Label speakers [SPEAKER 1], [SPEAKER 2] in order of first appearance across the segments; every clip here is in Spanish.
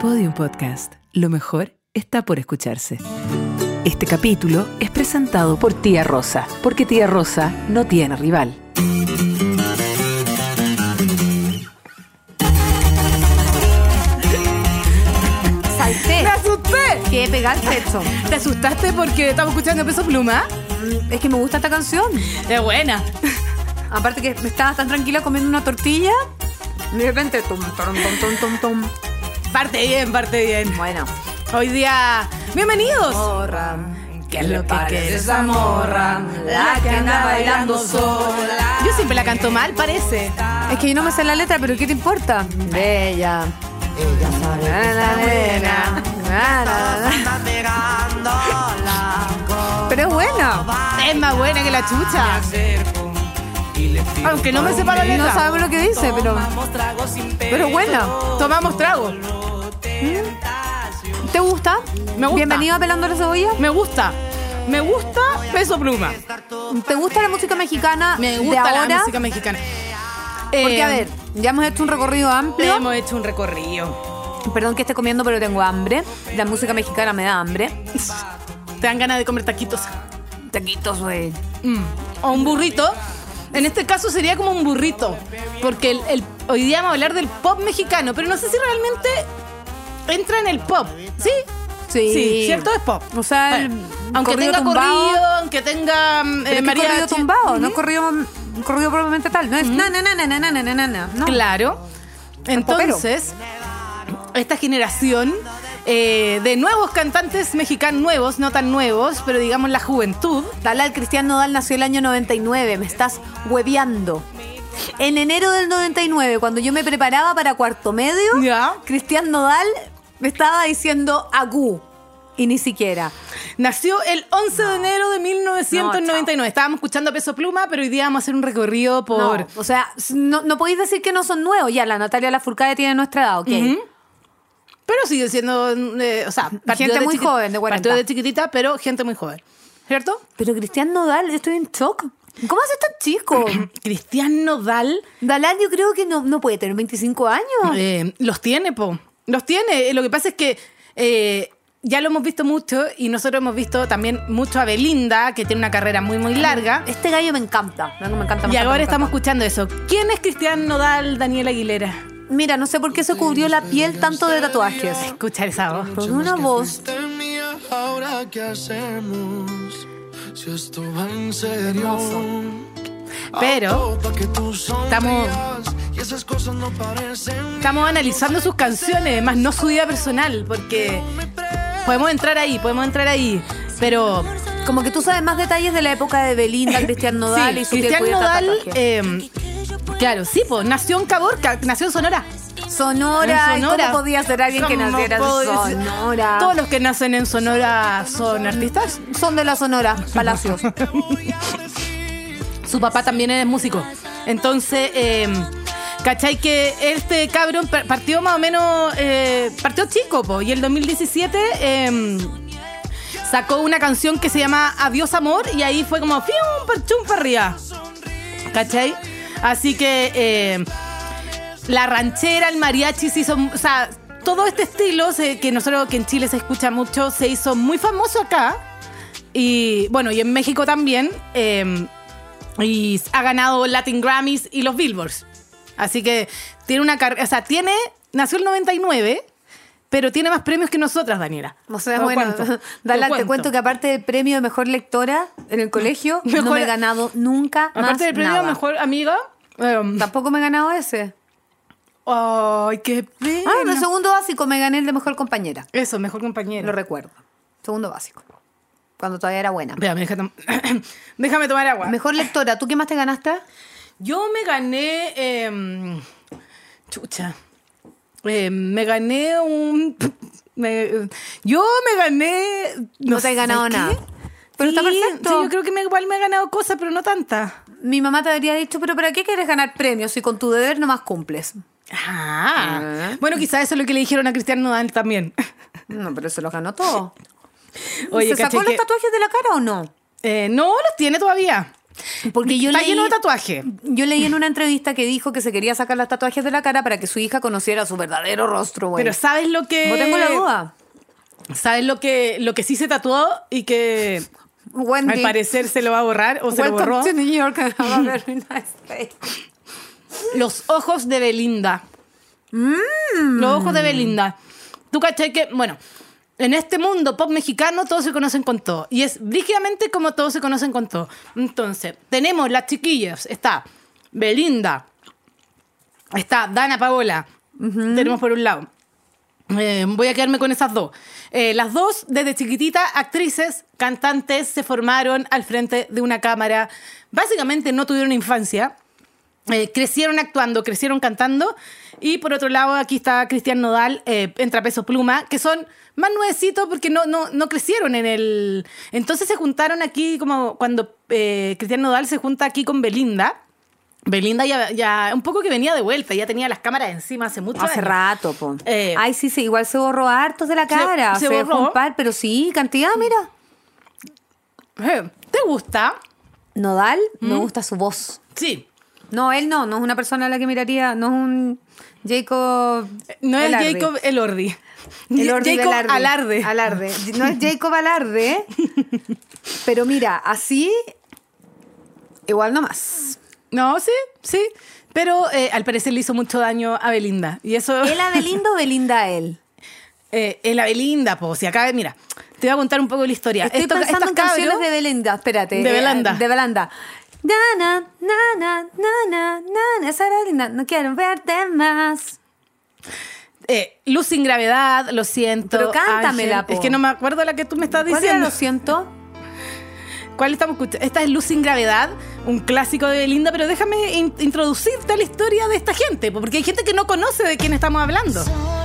[SPEAKER 1] Podium Podcast. Lo mejor está por escucharse. Este capítulo es presentado por Tía Rosa, porque Tía Rosa no tiene rival.
[SPEAKER 2] Salté.
[SPEAKER 3] ¡Me asusté!
[SPEAKER 2] Quedé pegada al pecho.
[SPEAKER 3] ¿Te asustaste porque estamos escuchando Peso Pluma?
[SPEAKER 2] Es que me gusta esta canción.
[SPEAKER 3] Es buena.
[SPEAKER 2] Aparte que estaba tan tranquila comiendo una tortilla. De repente, tum, tum, tum, tum, tum, tum.
[SPEAKER 3] Parte bien, parte bien.
[SPEAKER 2] Bueno.
[SPEAKER 3] Hoy día, bienvenidos.
[SPEAKER 2] Morra.
[SPEAKER 3] ¿Qué es lo que
[SPEAKER 2] parece
[SPEAKER 3] quieres?
[SPEAKER 2] esa morra? La que anda bailando sola.
[SPEAKER 3] Yo siempre la canto mal, parece.
[SPEAKER 2] Es que yo no me sé la letra, pero ¿qué te importa? Bella. Ella sabe Pero es buena.
[SPEAKER 3] Es más buena que la chucha. Aunque no me sepa la
[SPEAKER 2] Y no
[SPEAKER 3] letra.
[SPEAKER 2] sabemos lo que dice, pero. Pero buena.
[SPEAKER 3] Tomamos trago.
[SPEAKER 2] ¿Te gusta?
[SPEAKER 3] Me gusta.
[SPEAKER 2] Bienvenido a Pelando la Cebolla.
[SPEAKER 3] Me gusta. Me gusta Peso Pluma.
[SPEAKER 2] ¿Te gusta la música mexicana
[SPEAKER 3] Me gusta
[SPEAKER 2] de ahora?
[SPEAKER 3] la música mexicana.
[SPEAKER 2] Porque,
[SPEAKER 3] Eh,
[SPEAKER 2] a ver, ya hemos hecho un recorrido amplio.
[SPEAKER 3] hemos hecho un recorrido.
[SPEAKER 2] Perdón que esté comiendo, pero tengo hambre. La música mexicana me da hambre.
[SPEAKER 3] Te dan ganas de comer taquitos.
[SPEAKER 2] Taquitos, güey.
[SPEAKER 3] Mm. o un burrito. En este caso sería como un burrito, porque el- el- hoy día vamos a hablar del pop mexicano, pero no sé si realmente entra en el pop, ¿sí?
[SPEAKER 2] Sí.
[SPEAKER 3] ¿cierto? Es pop.
[SPEAKER 2] O sea, el
[SPEAKER 3] Bueno, aunque
[SPEAKER 2] Em, corrido
[SPEAKER 3] tenga
[SPEAKER 2] tumbado,
[SPEAKER 3] corrido, aunque tenga mm,
[SPEAKER 2] pero
[SPEAKER 3] eh,
[SPEAKER 2] es que
[SPEAKER 3] mariachi.
[SPEAKER 2] corrido tumbado, no
[SPEAKER 3] Ujú.
[SPEAKER 2] corrido, corrido probablemente tal. No es na, na, na, na, na, na, na, na, na, no.
[SPEAKER 3] Mm, Claro. Entonces, esta generación eh, de nuevos cantantes mexicanos nuevos, no tan nuevos, pero digamos la juventud,
[SPEAKER 2] Dale al Cristian Nodal nació el año 99, me estás hueveando. En enero del 99, cuando yo me preparaba para cuarto medio,
[SPEAKER 3] Ya.
[SPEAKER 2] Cristian Nodal me estaba diciendo agú. Y ni siquiera.
[SPEAKER 3] Nació el 11 de enero de 1999.
[SPEAKER 2] No,
[SPEAKER 3] Estábamos escuchando a Peso Pluma, pero hoy día vamos a hacer un recorrido por...
[SPEAKER 2] No, o sea, s- no, no podéis decir que no son nuevos. Ya, la Natalia Lafourcade tiene nuestra edad, ok.
[SPEAKER 3] Pero sigue siendo, eh, o sea, partió
[SPEAKER 2] Gente muy
[SPEAKER 3] chiquitita-
[SPEAKER 2] joven, de 40.
[SPEAKER 3] partió de chiquitita, pero gente muy joven. ¿Cierto?
[SPEAKER 2] Pero Cristian Nodal, yo estoy en shock. ¿Cómo hace tan chico?
[SPEAKER 3] Cristian Nodal
[SPEAKER 2] Dalal yo creo que no, no puede tener 25 años.
[SPEAKER 3] eh, los tiene, po. Los tiene. Eh, Lo que pasa es que eh, ya lo hemos visto mucho y nosotros hemos visto también mucho a Belinda, que tiene una carrera muy, muy larga.
[SPEAKER 2] Este gallo me encanta. me encanta, me encanta,
[SPEAKER 3] Y
[SPEAKER 2] me
[SPEAKER 3] ahora
[SPEAKER 2] encanta.
[SPEAKER 3] estamos escuchando eso. ¿Quién es Cristian Nodal, Daniel Aguilera?
[SPEAKER 2] Mira, no sé por qué se cubrió la piel tanto de tatuajes.
[SPEAKER 3] Escuchar esa voz.
[SPEAKER 2] Con una voz.
[SPEAKER 4] mía, ahora qué hacemos. Si esto va en serio.
[SPEAKER 2] Hermoso.
[SPEAKER 3] Pero-
[SPEAKER 4] A todo pa' que tú
[SPEAKER 3] Estamos-
[SPEAKER 4] sonrías, y esas cosas no parecen
[SPEAKER 3] Estamos analizando sus canciones, más no su vida personal, porque podemos entrar ahí, podemos entrar ahí. Pero
[SPEAKER 2] Como que tú sabes más detalles de la época de Belinda, Cristian Nodal
[SPEAKER 3] sí,
[SPEAKER 2] y su piel
[SPEAKER 3] Cristian
[SPEAKER 2] cubierta de
[SPEAKER 3] Nodal,
[SPEAKER 2] tatuajes.
[SPEAKER 3] eh, claro, sí, pues, nació en Caborca, nació en Sonora.
[SPEAKER 2] Sonora,
[SPEAKER 3] En
[SPEAKER 2] ¿y
[SPEAKER 3] Sonora.
[SPEAKER 2] ¿cómo podía ser alguien que
[SPEAKER 3] ¿Cómo
[SPEAKER 2] naciera en
[SPEAKER 3] puede ser?
[SPEAKER 2] Sonora?
[SPEAKER 3] Todos los que nacen en Sonora son artistas.
[SPEAKER 2] Son de la Sonora, Palacios.
[SPEAKER 3] Su papá también es músico. Entonces, eh, ¿cachai? Que este cabrón par- partió más o menos. eh, partió chico, po. Y el 2017 eh, sacó una canción que se llama Adiós Amor. Y ahí fue como. ¡Fium! ¡Parchum para arriba! ¿cachai? Así que. eh, la ranchera, el mariachi se hizo, o sea, todo este estilo se- que nosotros que en Chile se escucha mucho se hizo muy famoso acá y bueno y en México también eh, y ha ganado Latin Grammys y los Billboards. Así que tiene una carrera, o sea, tiene nació el 99, pero tiene más premios que nosotras, Daniela.
[SPEAKER 2] O sea,
[SPEAKER 3] Lo
[SPEAKER 2] bueno,
[SPEAKER 3] cuento,
[SPEAKER 2] Dalal,
[SPEAKER 3] lo
[SPEAKER 2] te cuento que aparte del premio de mejor lectora en el colegio, no
[SPEAKER 3] Mejor-
[SPEAKER 2] me he ganado nunca más
[SPEAKER 3] aparte del premio
[SPEAKER 2] nada.
[SPEAKER 3] mejor amiga, em,
[SPEAKER 2] Tampoco me he ganado ese.
[SPEAKER 3] ay, qué pena.
[SPEAKER 2] Ah, en el segundo básico me gané el de mejor compañera.
[SPEAKER 3] Eso, mejor compañero.
[SPEAKER 2] Lo recuerdo. Segundo básico. Cuando todavía era buena.
[SPEAKER 3] Espérame, deja tom- déjame tomar agua.
[SPEAKER 2] Mejor lectora, ¿tú qué más te ganaste?
[SPEAKER 3] Yo me gané. em, chucha. Em, me gané un. me- yo me gané.
[SPEAKER 2] No te he ganado
[SPEAKER 3] ¿sabes
[SPEAKER 2] nada.
[SPEAKER 3] qué?
[SPEAKER 2] Pero está
[SPEAKER 3] Sí,
[SPEAKER 2] perfecto.
[SPEAKER 3] Sí, yo creo que me, igual me he ganado cosas, pero no tantas.
[SPEAKER 2] Mi mamá te habría dicho, pero ¿para qué quieres ganar premios si con tu deber nomás cumples?
[SPEAKER 3] Ah. Bueno, quizás eso es lo que le dijeron a Cristian Nodal también.
[SPEAKER 2] No, pero se los ganó todo.
[SPEAKER 3] Oye,
[SPEAKER 2] ¿Se sacó
[SPEAKER 3] caché
[SPEAKER 2] los
[SPEAKER 3] que-
[SPEAKER 2] tatuajes de la cara o no?
[SPEAKER 3] Eh, no los tiene todavía.
[SPEAKER 2] Porque yo
[SPEAKER 3] Está
[SPEAKER 2] leí-
[SPEAKER 3] lleno de tatuaje.
[SPEAKER 2] Yo leí en una entrevista que dijo que se quería sacar los tatuajes de la cara para que su hija conociera su verdadero rostro, güey.
[SPEAKER 3] Pero ¿sabes lo que...?
[SPEAKER 2] No tengo la duda.
[SPEAKER 3] ¿Sabes lo que, lo que sí se tatuó y que
[SPEAKER 2] Wendy.
[SPEAKER 3] al parecer se lo va a borrar o se lo
[SPEAKER 2] Welcome
[SPEAKER 3] borró?
[SPEAKER 2] to New York. Have a very nice day.
[SPEAKER 3] Los ojos de Belinda. Mm. Los ojos de Belinda. Tú cachai que, bueno, en este mundo pop mexicano todos se conocen con todo. Y es brígidamente como todos se conocen con todo. Entonces, tenemos las chiquillas. Está Belinda. Está Dana Paola. Tenemos por un lado. Eh, voy a quedarme con esas dos. Eh, las dos, desde chiquitita, actrices, cantantes, se formaron al frente de una cámara. Básicamente no tuvieron infancia. Eh, crecieron actuando, crecieron cantando. Y por otro lado, aquí está Cristian Nodal eh, en Trapezo Pluma, que son más nuevecitos porque no, no, no crecieron en el. Entonces se juntaron aquí, como cuando eh, Cristian Nodal se junta aquí con Belinda. Belinda ya, ya un poco que venía de vuelta, ya tenía las cámaras encima hace mucho
[SPEAKER 2] Hace
[SPEAKER 3] años.
[SPEAKER 2] rato, po.
[SPEAKER 3] Eh,
[SPEAKER 2] Ay, sí, sí, igual se borró hartos de la cara.
[SPEAKER 3] se
[SPEAKER 2] Se, dejó
[SPEAKER 3] borró.
[SPEAKER 2] un par, pero sí, cantidad, mira.
[SPEAKER 3] Eh, ¿Te gusta?
[SPEAKER 2] Nodal,
[SPEAKER 3] ¿Mm?
[SPEAKER 2] me gusta su voz.
[SPEAKER 3] Sí.
[SPEAKER 2] No, él no, no es una persona a la que miraría, no es un Jacob.
[SPEAKER 3] No es
[SPEAKER 2] Velarde.
[SPEAKER 3] Jacob Elordi.
[SPEAKER 2] El Ordi
[SPEAKER 3] Jacob
[SPEAKER 2] Velarde.
[SPEAKER 3] Alarde.
[SPEAKER 2] Alarde. No es Jacob Alarde, pero mira, así, igual nomás.
[SPEAKER 3] No, sí, sí. Pero eh, al parecer le hizo mucho daño a Belinda. Y eso.
[SPEAKER 2] ¿Él a Belinda o Belinda a él?
[SPEAKER 3] Eh, el Abelinda, po. Si acá, mira, te voy a contar un poco la historia.
[SPEAKER 2] Estoy
[SPEAKER 3] Estos-
[SPEAKER 2] pensando
[SPEAKER 3] estos
[SPEAKER 2] en canciones
[SPEAKER 3] cabros-
[SPEAKER 2] de Belinda, espérate.
[SPEAKER 3] De
[SPEAKER 2] eh,
[SPEAKER 3] Belanda.
[SPEAKER 2] de Belanda. Na, na, na, na, na, na, na, na, Sara Linda, no quiero verte más.
[SPEAKER 3] eh, Luz sin gravedad, lo siento.
[SPEAKER 2] Pero cántamela,
[SPEAKER 3] Ángel.
[SPEAKER 2] po.
[SPEAKER 3] Es que no me acuerdo la que tú me estás
[SPEAKER 2] ¿Cuál era?
[SPEAKER 3] diciendo.
[SPEAKER 2] lo siento?
[SPEAKER 3] ¿Cuál estamos escuchando? Esta es Luz sin gravedad, un clásico de Belinda, pero déjame in- introducirte a la historia de esta gente, po, porque hay gente que no conoce de quién estamos hablando.
[SPEAKER 5] Sola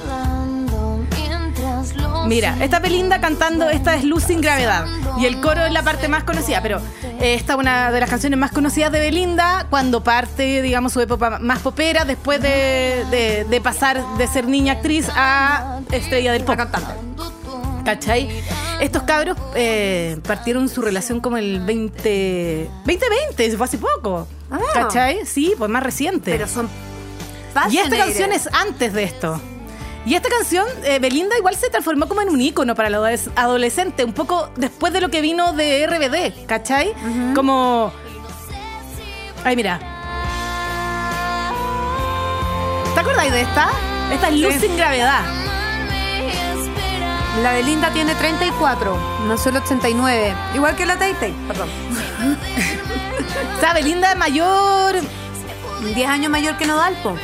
[SPEAKER 5] recordando mientras lo
[SPEAKER 3] Mira, esta Belinda cantando esta es Luz sin gravedad y el coro es la parte más conocida, pero eh, esta es una de las canciones más conocidas de Belinda cuando parte, digamos, su época más popera después de, de- de pasar de ser niña actriz a estrella del pop. cantante. ¿Cachai? Estos cabros eh, partieron su relación como el 20, 2020, fue hace poco.
[SPEAKER 2] Ah.
[SPEAKER 3] ¿Cachai? Sí, pues más reciente.
[SPEAKER 2] Pero son
[SPEAKER 3] Y esta
[SPEAKER 2] fascinated.
[SPEAKER 3] canción es antes de esto. Y esta canción, eh, Belinda igual se transformó como en un ícono para la adoles- adolescente, un poco después de lo que vino de RBD, ¿cachai? Como... Ay, mira. ¿Te acordáis de esta? Esta es Luz
[SPEAKER 2] Sí.
[SPEAKER 3] sin gravedad.
[SPEAKER 2] La Belinda tiene 34, nació el 89. Igual que la Tay-Tay, perdón.
[SPEAKER 3] O sea, Belinda es mayor...
[SPEAKER 2] 10 años mayor que Nodalpo.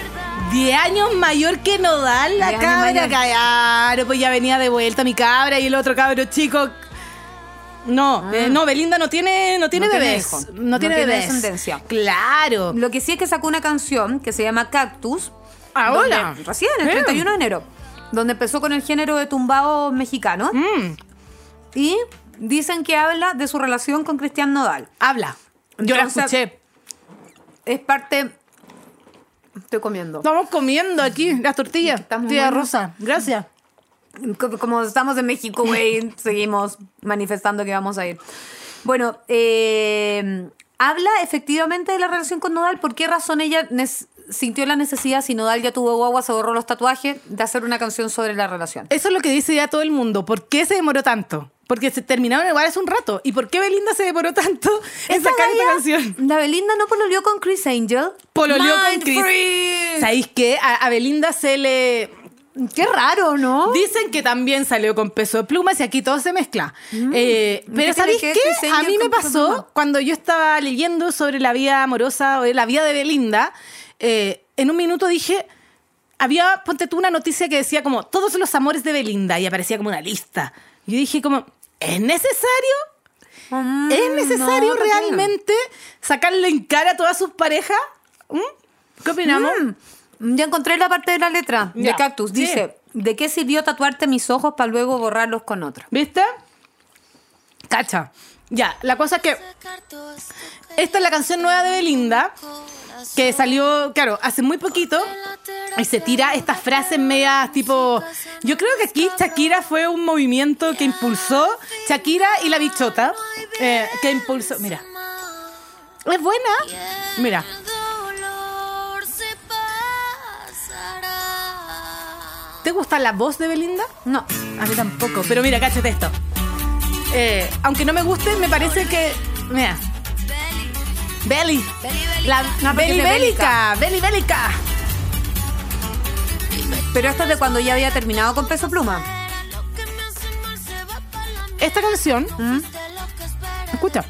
[SPEAKER 3] 10 años mayor que Nodal, la
[SPEAKER 2] 10 años
[SPEAKER 3] cabra.
[SPEAKER 2] mayor.
[SPEAKER 3] Claro, pues ya venía de vuelta mi cabra y el otro cabro chico. No, eh, no, Belinda no tiene, no
[SPEAKER 2] Ah.
[SPEAKER 3] tiene
[SPEAKER 2] No tiene
[SPEAKER 3] bebés.
[SPEAKER 2] hijo.
[SPEAKER 3] no,
[SPEAKER 2] No
[SPEAKER 3] tiene,
[SPEAKER 2] tiene
[SPEAKER 3] bebés.
[SPEAKER 2] descendencia.
[SPEAKER 3] Claro.
[SPEAKER 2] Lo que sí es que sacó una canción que se llama Cactus.
[SPEAKER 3] Ahora.
[SPEAKER 2] donde- recién, el
[SPEAKER 3] Eh.
[SPEAKER 2] 31 de enero. Donde empezó con el género de tumbao mexicano. Y dicen que habla de su relación con Cristian Nodal.
[SPEAKER 3] Habla. Yo
[SPEAKER 2] Entonces-
[SPEAKER 3] la escuché.
[SPEAKER 2] Es parte. Estoy comiendo.
[SPEAKER 3] Estamos comiendo aquí las tortillas.
[SPEAKER 2] Estamos
[SPEAKER 3] Tía
[SPEAKER 2] buenos.
[SPEAKER 3] Rosa, gracias.
[SPEAKER 2] Co- Como estamos en México, güey, seguimos manifestando que vamos a ir. Bueno, eh, habla efectivamente de la relación con Nodal. ¿Por qué razón ella nes- sintió la necesidad, si Nodal ya tuvo guagua, se borró los tatuajes, de hacer una canción sobre la relación?
[SPEAKER 3] Eso es lo que dice ya todo el mundo. ¿Por qué se demoró tanto? Porque se terminaron igual hace un rato. ¿Y por qué Belinda se demoró tanto en
[SPEAKER 2] Esa
[SPEAKER 3] sacar esta
[SPEAKER 2] Gaia,
[SPEAKER 3] canción?
[SPEAKER 2] ¿ah? La Belinda no pololeó con Chris Angel.
[SPEAKER 3] Pololeó con
[SPEAKER 2] Mind
[SPEAKER 3] Chris.
[SPEAKER 2] free.
[SPEAKER 3] ¿Sabéis qué? A, a Belinda se le.
[SPEAKER 2] Qué raro, ¿no?
[SPEAKER 3] Dicen que también salió con peso de plumas y aquí todo se mezcla. Eh, pero
[SPEAKER 2] tiene
[SPEAKER 3] ¿sabéis
[SPEAKER 2] Mm. que
[SPEAKER 3] qué?
[SPEAKER 2] ver Chris
[SPEAKER 3] A
[SPEAKER 2] Angel
[SPEAKER 3] mí me
[SPEAKER 2] con Peso de
[SPEAKER 3] pasó
[SPEAKER 2] Pluma?
[SPEAKER 3] cuando yo estaba leyendo sobre la vida amorosa o de la vida de Belinda. eh, en un minuto dije. Había, ponte tú, una noticia que decía como todos los amores de Belinda y aparecía como una lista. Yo dije como, ¿es necesario?
[SPEAKER 2] Mm,
[SPEAKER 3] ¿Es necesario
[SPEAKER 2] no, no creo.
[SPEAKER 3] realmente sacarle en cara a todas sus parejas? ¿Mm? ¿Qué opinamos?
[SPEAKER 2] Mm. Ya encontré la parte de la letra de
[SPEAKER 3] Ya.
[SPEAKER 2] Cactus.
[SPEAKER 3] Sí.
[SPEAKER 2] Dice, ¿de qué sirvió tatuarte mis ojos para luego borrarlos con otra?
[SPEAKER 3] ¿Viste? Cacha. Ya, la cosa es que esta es la canción nueva de Belinda que salió, claro, hace muy poquito y se tira estas frases medias tipo... Yo creo que aquí Shakira fue un movimiento que impulsó Shakira y la bichota. eh, que impulsó. Mira, es buena. Mira.
[SPEAKER 5] El dolor se pasará.
[SPEAKER 3] ¿Te gusta la voz de Belinda?
[SPEAKER 2] No.
[SPEAKER 3] A mí tampoco, pero mira, cáchate esto. Eh, aunque no me guste, me parece que. Mira. Belly. La, la
[SPEAKER 2] porque
[SPEAKER 3] Belly
[SPEAKER 2] es de
[SPEAKER 3] bélica. Belly bélica.
[SPEAKER 2] Pero esto es de cuando ya había terminado con Peso Pluma.
[SPEAKER 5] Lo que me hace mal se va para la mierda.
[SPEAKER 3] Esta canción,
[SPEAKER 5] De lo que espera
[SPEAKER 3] ¿Mm? escucha,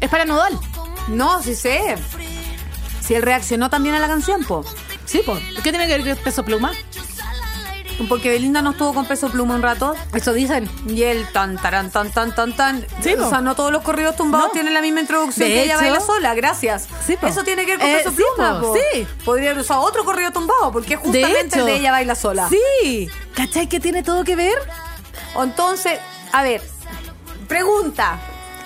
[SPEAKER 3] es para Nodal.
[SPEAKER 2] No, sí sé. Si él reaccionó también a la canción, po.
[SPEAKER 3] Sí, po. ¿Qué tiene que ver con peso pluma?
[SPEAKER 2] Porque Belinda no estuvo con Peso Pluma un rato.
[SPEAKER 3] Eso dicen.
[SPEAKER 2] Y él tan, tan, tan, tan, tan, tan.
[SPEAKER 3] Sí, po.
[SPEAKER 2] o sea, no todos los corridos tumbados
[SPEAKER 3] No.
[SPEAKER 2] tienen la misma introducción
[SPEAKER 3] De
[SPEAKER 2] que ella
[SPEAKER 3] hecho-
[SPEAKER 2] baila sola, gracias.
[SPEAKER 3] Sí, po.
[SPEAKER 2] Eso tiene que ver con
[SPEAKER 3] Eh,
[SPEAKER 2] Peso
[SPEAKER 3] sí,
[SPEAKER 2] Pluma,
[SPEAKER 3] po,
[SPEAKER 2] po.
[SPEAKER 3] sí.
[SPEAKER 2] Podría haber usado otro corrido tumbado, porque es justamente
[SPEAKER 3] hecho.
[SPEAKER 2] el de ella baila sola.
[SPEAKER 3] Sí. ¿Cachai que tiene todo que ver?
[SPEAKER 2] O Entonces, a ver, pregunta.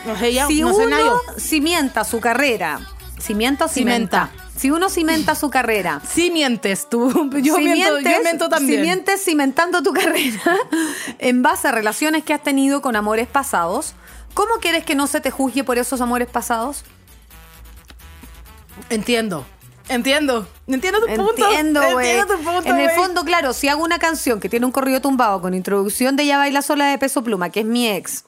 [SPEAKER 3] No sé, ya,
[SPEAKER 2] si
[SPEAKER 3] no sé
[SPEAKER 2] uno
[SPEAKER 3] nada yo.
[SPEAKER 2] cimienta su carrera, cimienta o cimenta.
[SPEAKER 3] Cimenta.
[SPEAKER 2] Si uno cimenta su carrera,
[SPEAKER 3] Sí mientes tú. Yo,
[SPEAKER 2] si
[SPEAKER 3] miento,
[SPEAKER 2] mientes-
[SPEAKER 3] yo miento también.
[SPEAKER 2] si mientes cimentando tu carrera en base a relaciones que has tenido con amores pasados, ¿cómo quieres que no se te juzgue por esos amores pasados?
[SPEAKER 3] Entiendo. Entiendo. Entiendo tu punto.
[SPEAKER 2] Entiendo, güey.
[SPEAKER 3] Entiendo tu punto,
[SPEAKER 2] En el
[SPEAKER 3] güey.
[SPEAKER 2] fondo, claro, si hago una canción que tiene un corrido tumbado con introducción de ella baila sola de peso pluma, que es mi ex.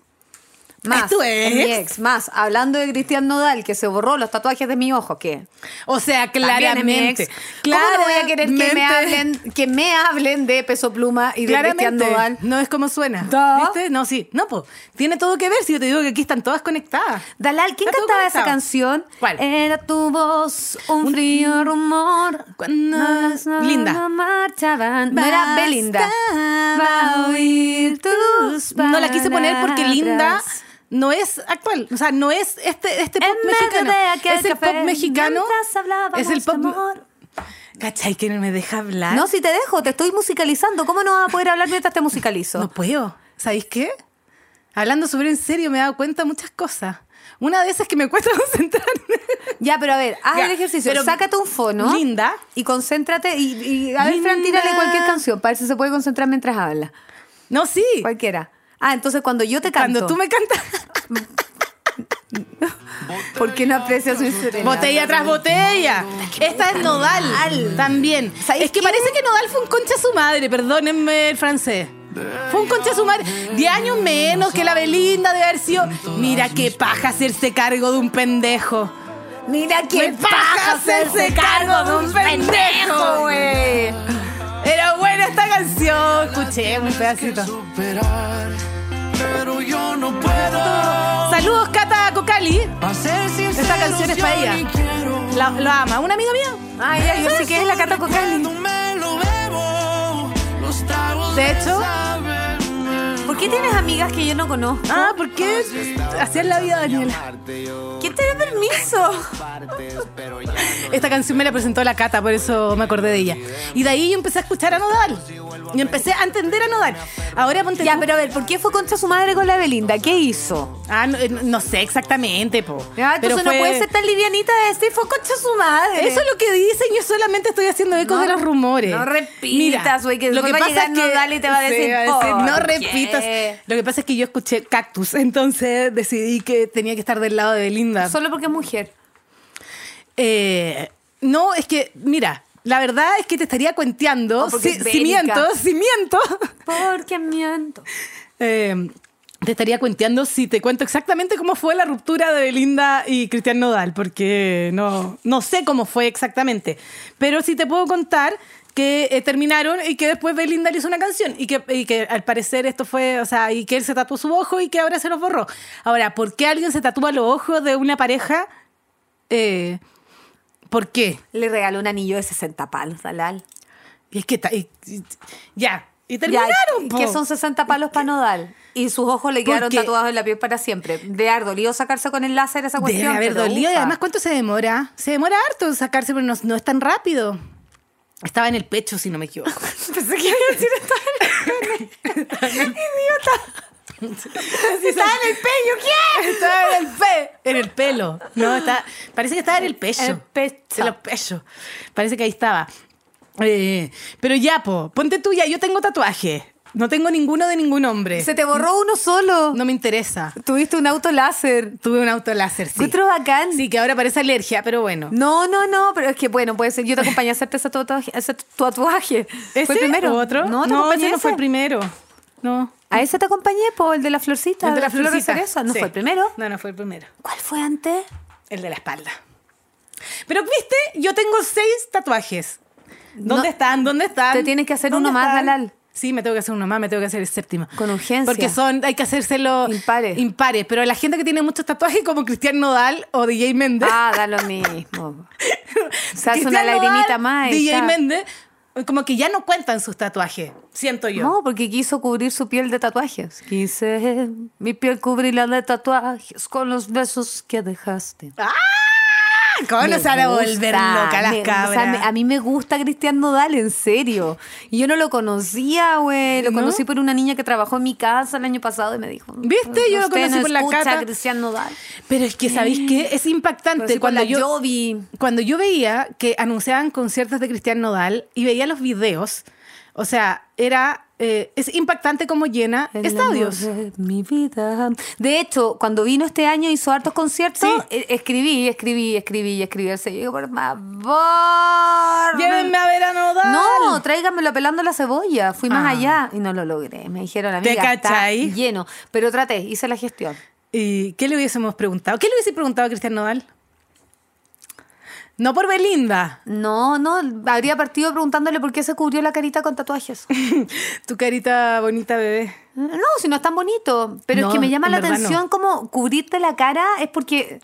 [SPEAKER 2] Más,
[SPEAKER 3] ¿Es tu
[SPEAKER 2] mi
[SPEAKER 3] ex?
[SPEAKER 2] ex, más, hablando de Cristian Nodal, que se borró los tatuajes de mi ojo, que
[SPEAKER 3] O sea,
[SPEAKER 2] También es mi
[SPEAKER 3] claramente.
[SPEAKER 2] ex. ¿Cómo no voy a querer que me,
[SPEAKER 3] Claramente.
[SPEAKER 2] hablen, que me hablen de peso pluma y de Cristian
[SPEAKER 3] Claramente.
[SPEAKER 2] Nodal?
[SPEAKER 3] No es como suena.
[SPEAKER 2] Da.
[SPEAKER 3] ¿Viste? No, sí. No, pues. Tiene todo que ver si yo te digo que aquí están todas conectadas.
[SPEAKER 2] Dalal, ¿quién
[SPEAKER 3] Está todo
[SPEAKER 2] cantaba esa
[SPEAKER 3] conectado.
[SPEAKER 2] canción?
[SPEAKER 3] ¿Cuál?
[SPEAKER 2] Era tu voz, un frío rumor.
[SPEAKER 3] Cuando las-
[SPEAKER 2] No
[SPEAKER 3] Ah, Linda.
[SPEAKER 2] marchaban. No era Belinda.
[SPEAKER 3] Basta
[SPEAKER 2] oír tus
[SPEAKER 3] No la quise poner porque Linda
[SPEAKER 2] palabras.
[SPEAKER 3] no es actual. O sea, no es este, este pop
[SPEAKER 2] En medio
[SPEAKER 3] mexicano.
[SPEAKER 2] de aquel
[SPEAKER 3] es el
[SPEAKER 2] café,
[SPEAKER 3] pop mexicano.
[SPEAKER 2] mientras hablábamos
[SPEAKER 3] Es el pop. Ah.
[SPEAKER 2] de amor.
[SPEAKER 3] ¿Cachai que no me deja hablar?
[SPEAKER 2] No, si te dejo, te estoy musicalizando. ¿Cómo no vas a poder hablar mientras te musicalizo?
[SPEAKER 3] No puedo. ¿Sabéis qué? Hablando súper en serio, me he dado cuenta de muchas cosas. Una de esas es que me cuesta concentrarme.
[SPEAKER 2] Ya, pero a ver, haz
[SPEAKER 3] Ya,
[SPEAKER 2] el ejercicio.
[SPEAKER 3] pero-
[SPEAKER 2] Sácate un fono.
[SPEAKER 3] Linda.
[SPEAKER 2] Y concéntrate. Y, y a ver, Fran,
[SPEAKER 3] Linda.
[SPEAKER 2] tírale cualquier canción. Para ver si se puede concentrar mientras habla.
[SPEAKER 3] No, sí.
[SPEAKER 2] Cualquiera. Ah, entonces cuando yo te canto.
[SPEAKER 3] Cuando tú me cantas.
[SPEAKER 2] ¿Por qué no aprecias mi serenata?
[SPEAKER 3] Botella tras botella. Esta es Nodal. También.
[SPEAKER 2] ¿Sabéis
[SPEAKER 3] Es que parece que Nodal fue un concha a su madre, perdónenme el francés. Fue un concha a su madre. Diez años menos que la Belinda de haber sido. Mira qué paja hacerse cargo de un pendejo.
[SPEAKER 2] Mira
[SPEAKER 3] ¡Qué
[SPEAKER 2] quién pasa a hacerse cargo de un pendejo, güey.
[SPEAKER 3] Era buena esta canción. Escuché un pedacito.
[SPEAKER 4] superar, pero yo no puedo.
[SPEAKER 3] Saludos, Cata Cocali.
[SPEAKER 4] Esta
[SPEAKER 3] canción es para ella. La, lo ama. ¿Una amiga mía?
[SPEAKER 2] Ay, ya, yo sé que es la Cata Cocali.
[SPEAKER 3] De hecho-
[SPEAKER 2] ¿Por qué tienes amigas que yo no conozco?
[SPEAKER 3] Ah, ¿por qué hacías la vida, Daniela?
[SPEAKER 2] ¿Quién te da permiso?
[SPEAKER 3] Esta canción me la presentó la Cata, por eso me acordé de ella. Y de ahí yo empecé a escuchar a Nodal. Y empecé a entender a Nodal. Ahora ponte
[SPEAKER 2] Ya,
[SPEAKER 3] tú-
[SPEAKER 2] pero a ver, ¿por qué fue contra su madre con la Belinda? ¿Qué hizo?
[SPEAKER 3] Ah, no, eh, no sé exactamente, po.
[SPEAKER 2] Ya, Ah, entonces no
[SPEAKER 3] Pero fue-
[SPEAKER 2] puede ser tan livianita de decir fue contra su madre.
[SPEAKER 3] Eso es lo que dicen, yo solamente estoy haciendo eco
[SPEAKER 2] No,
[SPEAKER 3] de los rumores.
[SPEAKER 2] no repitas, güey, que después va a llegar Nodal y te va a
[SPEAKER 3] Sí,
[SPEAKER 2] decir, "¿Por
[SPEAKER 3] no
[SPEAKER 2] qué?".
[SPEAKER 3] repitas. Lo que pasa es que yo escuché Cactus, entonces decidí que tenía que estar del lado de Belinda.
[SPEAKER 2] Solo porque es mujer.
[SPEAKER 3] Eh, no, es que, mira, la verdad es que te estaría cuenteando.
[SPEAKER 2] No, porque
[SPEAKER 3] si,
[SPEAKER 2] es
[SPEAKER 3] si
[SPEAKER 2] bélica.
[SPEAKER 3] miento, si miento.
[SPEAKER 2] Porque miento.
[SPEAKER 3] Eh, te estaría cuenteando si te cuento exactamente cómo fue la ruptura de Belinda y Cristian Nodal, porque no, no sé cómo fue exactamente. Pero sí te puedo contar que eh, terminaron y que después Belinda le hizo una canción y que, y que al parecer esto fue, o sea, y que él se tatuó su ojo y que ahora se los borró. Ahora, ¿por qué alguien se tatúa los ojos de una pareja? Eh, ¿Por qué?
[SPEAKER 2] Le regaló un anillo de 60 palos, Dalal.
[SPEAKER 3] Y es que ta- y- y- ya. Y
[SPEAKER 2] Ya,
[SPEAKER 3] terminaron. po.
[SPEAKER 2] que son 60 palos para Nodal. Y sus ojos le quedaron
[SPEAKER 3] Porque-
[SPEAKER 2] tatuados en la piel para siempre. De haber dolido sacarse con el láser esa cuestión.
[SPEAKER 3] Debe haber
[SPEAKER 2] pero,
[SPEAKER 3] dolido. Y
[SPEAKER 2] ufa.
[SPEAKER 3] además, ¿cuánto se demora? Se demora harto en sacarse, pero no, no es tan rápido. Estaba en el pecho, si no me equivoco.
[SPEAKER 2] Pensé que iba a decir estaba
[SPEAKER 3] Si estaba en el pecho, ¿qué? Estaba en el pe. En el pelo. No, está. Parece que estaba en el pecho.
[SPEAKER 2] en el pecho.
[SPEAKER 3] En los pechos. Parece que ahí estaba. Eh, pero ya, po, ponte tú ya, yo tengo tatuaje. No tengo ninguno de ningún hombre.
[SPEAKER 2] Se te borró uno solo.
[SPEAKER 3] No me interesa.
[SPEAKER 2] Tuviste un auto láser.
[SPEAKER 3] Tuve un auto láser, sí.
[SPEAKER 2] Otro bacán.
[SPEAKER 3] Sí, que ahora parece alergia, pero bueno.
[SPEAKER 2] No, no, no, pero es que bueno, puede ser. Yo te acompañé a hacerte ese tatuaje. ese tatuaje.
[SPEAKER 3] ¿Ese
[SPEAKER 2] ¿Fue el primero?
[SPEAKER 3] o otro?
[SPEAKER 2] No, te acompañé
[SPEAKER 3] ese no fue el
[SPEAKER 2] ese.
[SPEAKER 3] primero. No.
[SPEAKER 2] A ese te acompañé, por el de la florcita.
[SPEAKER 3] El de la
[SPEAKER 2] flor de
[SPEAKER 3] florcita.
[SPEAKER 2] cereza. No
[SPEAKER 3] Sí.
[SPEAKER 2] fue el primero.
[SPEAKER 3] No, no fue el primero.
[SPEAKER 2] ¿Cuál fue antes?
[SPEAKER 3] El de la espalda. Pero viste, yo tengo seis tatuajes. ¿Dónde
[SPEAKER 2] No.
[SPEAKER 3] están? ¿Dónde están?
[SPEAKER 2] Te tienes que hacer
[SPEAKER 3] ¿Dónde
[SPEAKER 2] uno más,
[SPEAKER 3] están?
[SPEAKER 2] Dalal.
[SPEAKER 3] Sí, me tengo que hacer uno más, me tengo que hacer el séptimo.
[SPEAKER 2] Con urgencia.
[SPEAKER 3] Porque son, hay que hacérselo
[SPEAKER 2] Impares.
[SPEAKER 3] impares. Pero la gente que tiene muchos tatuajes, como Cristian Nodal o DJ Méndez.
[SPEAKER 2] Ah, da lo mismo. Se hace una
[SPEAKER 3] Cristian Nodal,
[SPEAKER 2] lagrimita más. y
[SPEAKER 3] DJ
[SPEAKER 2] está.
[SPEAKER 3] Méndez, como que ya no cuentan sus tatuajes, siento yo.
[SPEAKER 2] No, porque quiso cubrir su piel de tatuajes. Quise mi piel cubrirla de tatuajes con los besos que dejaste.
[SPEAKER 3] Ah, ¿Cómo
[SPEAKER 2] Me
[SPEAKER 3] nos van a
[SPEAKER 2] gusta,
[SPEAKER 3] volver loca las
[SPEAKER 2] me- o sea,
[SPEAKER 3] cabras?
[SPEAKER 2] me- a mí me gusta Cristian Nodal, en serio. Y yo no lo conocía, güey. Lo
[SPEAKER 3] ¿No?
[SPEAKER 2] conocí por una niña que trabajó en mi casa el año pasado y me dijo.
[SPEAKER 3] ¿Viste? Yo lo
[SPEAKER 2] "Usted
[SPEAKER 3] conocí
[SPEAKER 2] no
[SPEAKER 3] por la
[SPEAKER 2] escucha
[SPEAKER 3] cata".
[SPEAKER 2] a Cristian Nodal.
[SPEAKER 3] Pero es que, ¿sabéis qué? Es
[SPEAKER 2] Conocí
[SPEAKER 3] impactante
[SPEAKER 2] por
[SPEAKER 3] cuando
[SPEAKER 2] la
[SPEAKER 3] yo...
[SPEAKER 2] Jovi.
[SPEAKER 3] Cuando yo veía que anunciaban conciertos de Cristian Nodal y veía los videos, o sea, era... eh, es impactante cómo llena
[SPEAKER 2] El
[SPEAKER 3] estadios.
[SPEAKER 2] amor de mi vida. De hecho, cuando vino este año hizo hartos conciertos,
[SPEAKER 3] Sí.
[SPEAKER 2] e- escribí, escribí, escribí y escribí al sello. Por favor.
[SPEAKER 3] Llévenme a ver a Nodal.
[SPEAKER 2] No, tráigamelo pelando la cebolla. Fui
[SPEAKER 3] Ah.
[SPEAKER 2] más allá y no lo logré. Me dijeron,
[SPEAKER 3] ¿Te
[SPEAKER 2] amiga, está
[SPEAKER 3] cachai?
[SPEAKER 2] lleno. Pero traté, hice la gestión.
[SPEAKER 3] ¿Y qué le hubiésemos preguntado? ¿Qué le hubiese preguntado a Cristian Nodal? No por Belinda.
[SPEAKER 2] No, no, habría partido preguntándole por qué se cubrió la carita con tatuajes.
[SPEAKER 3] Tu carita bonita, bebé.
[SPEAKER 2] No, si no es tan bonito. Pero
[SPEAKER 3] No,
[SPEAKER 2] es que me llama
[SPEAKER 3] en
[SPEAKER 2] la
[SPEAKER 3] verdad
[SPEAKER 2] atención
[SPEAKER 3] no.
[SPEAKER 2] cómo cubrirte la cara es porque,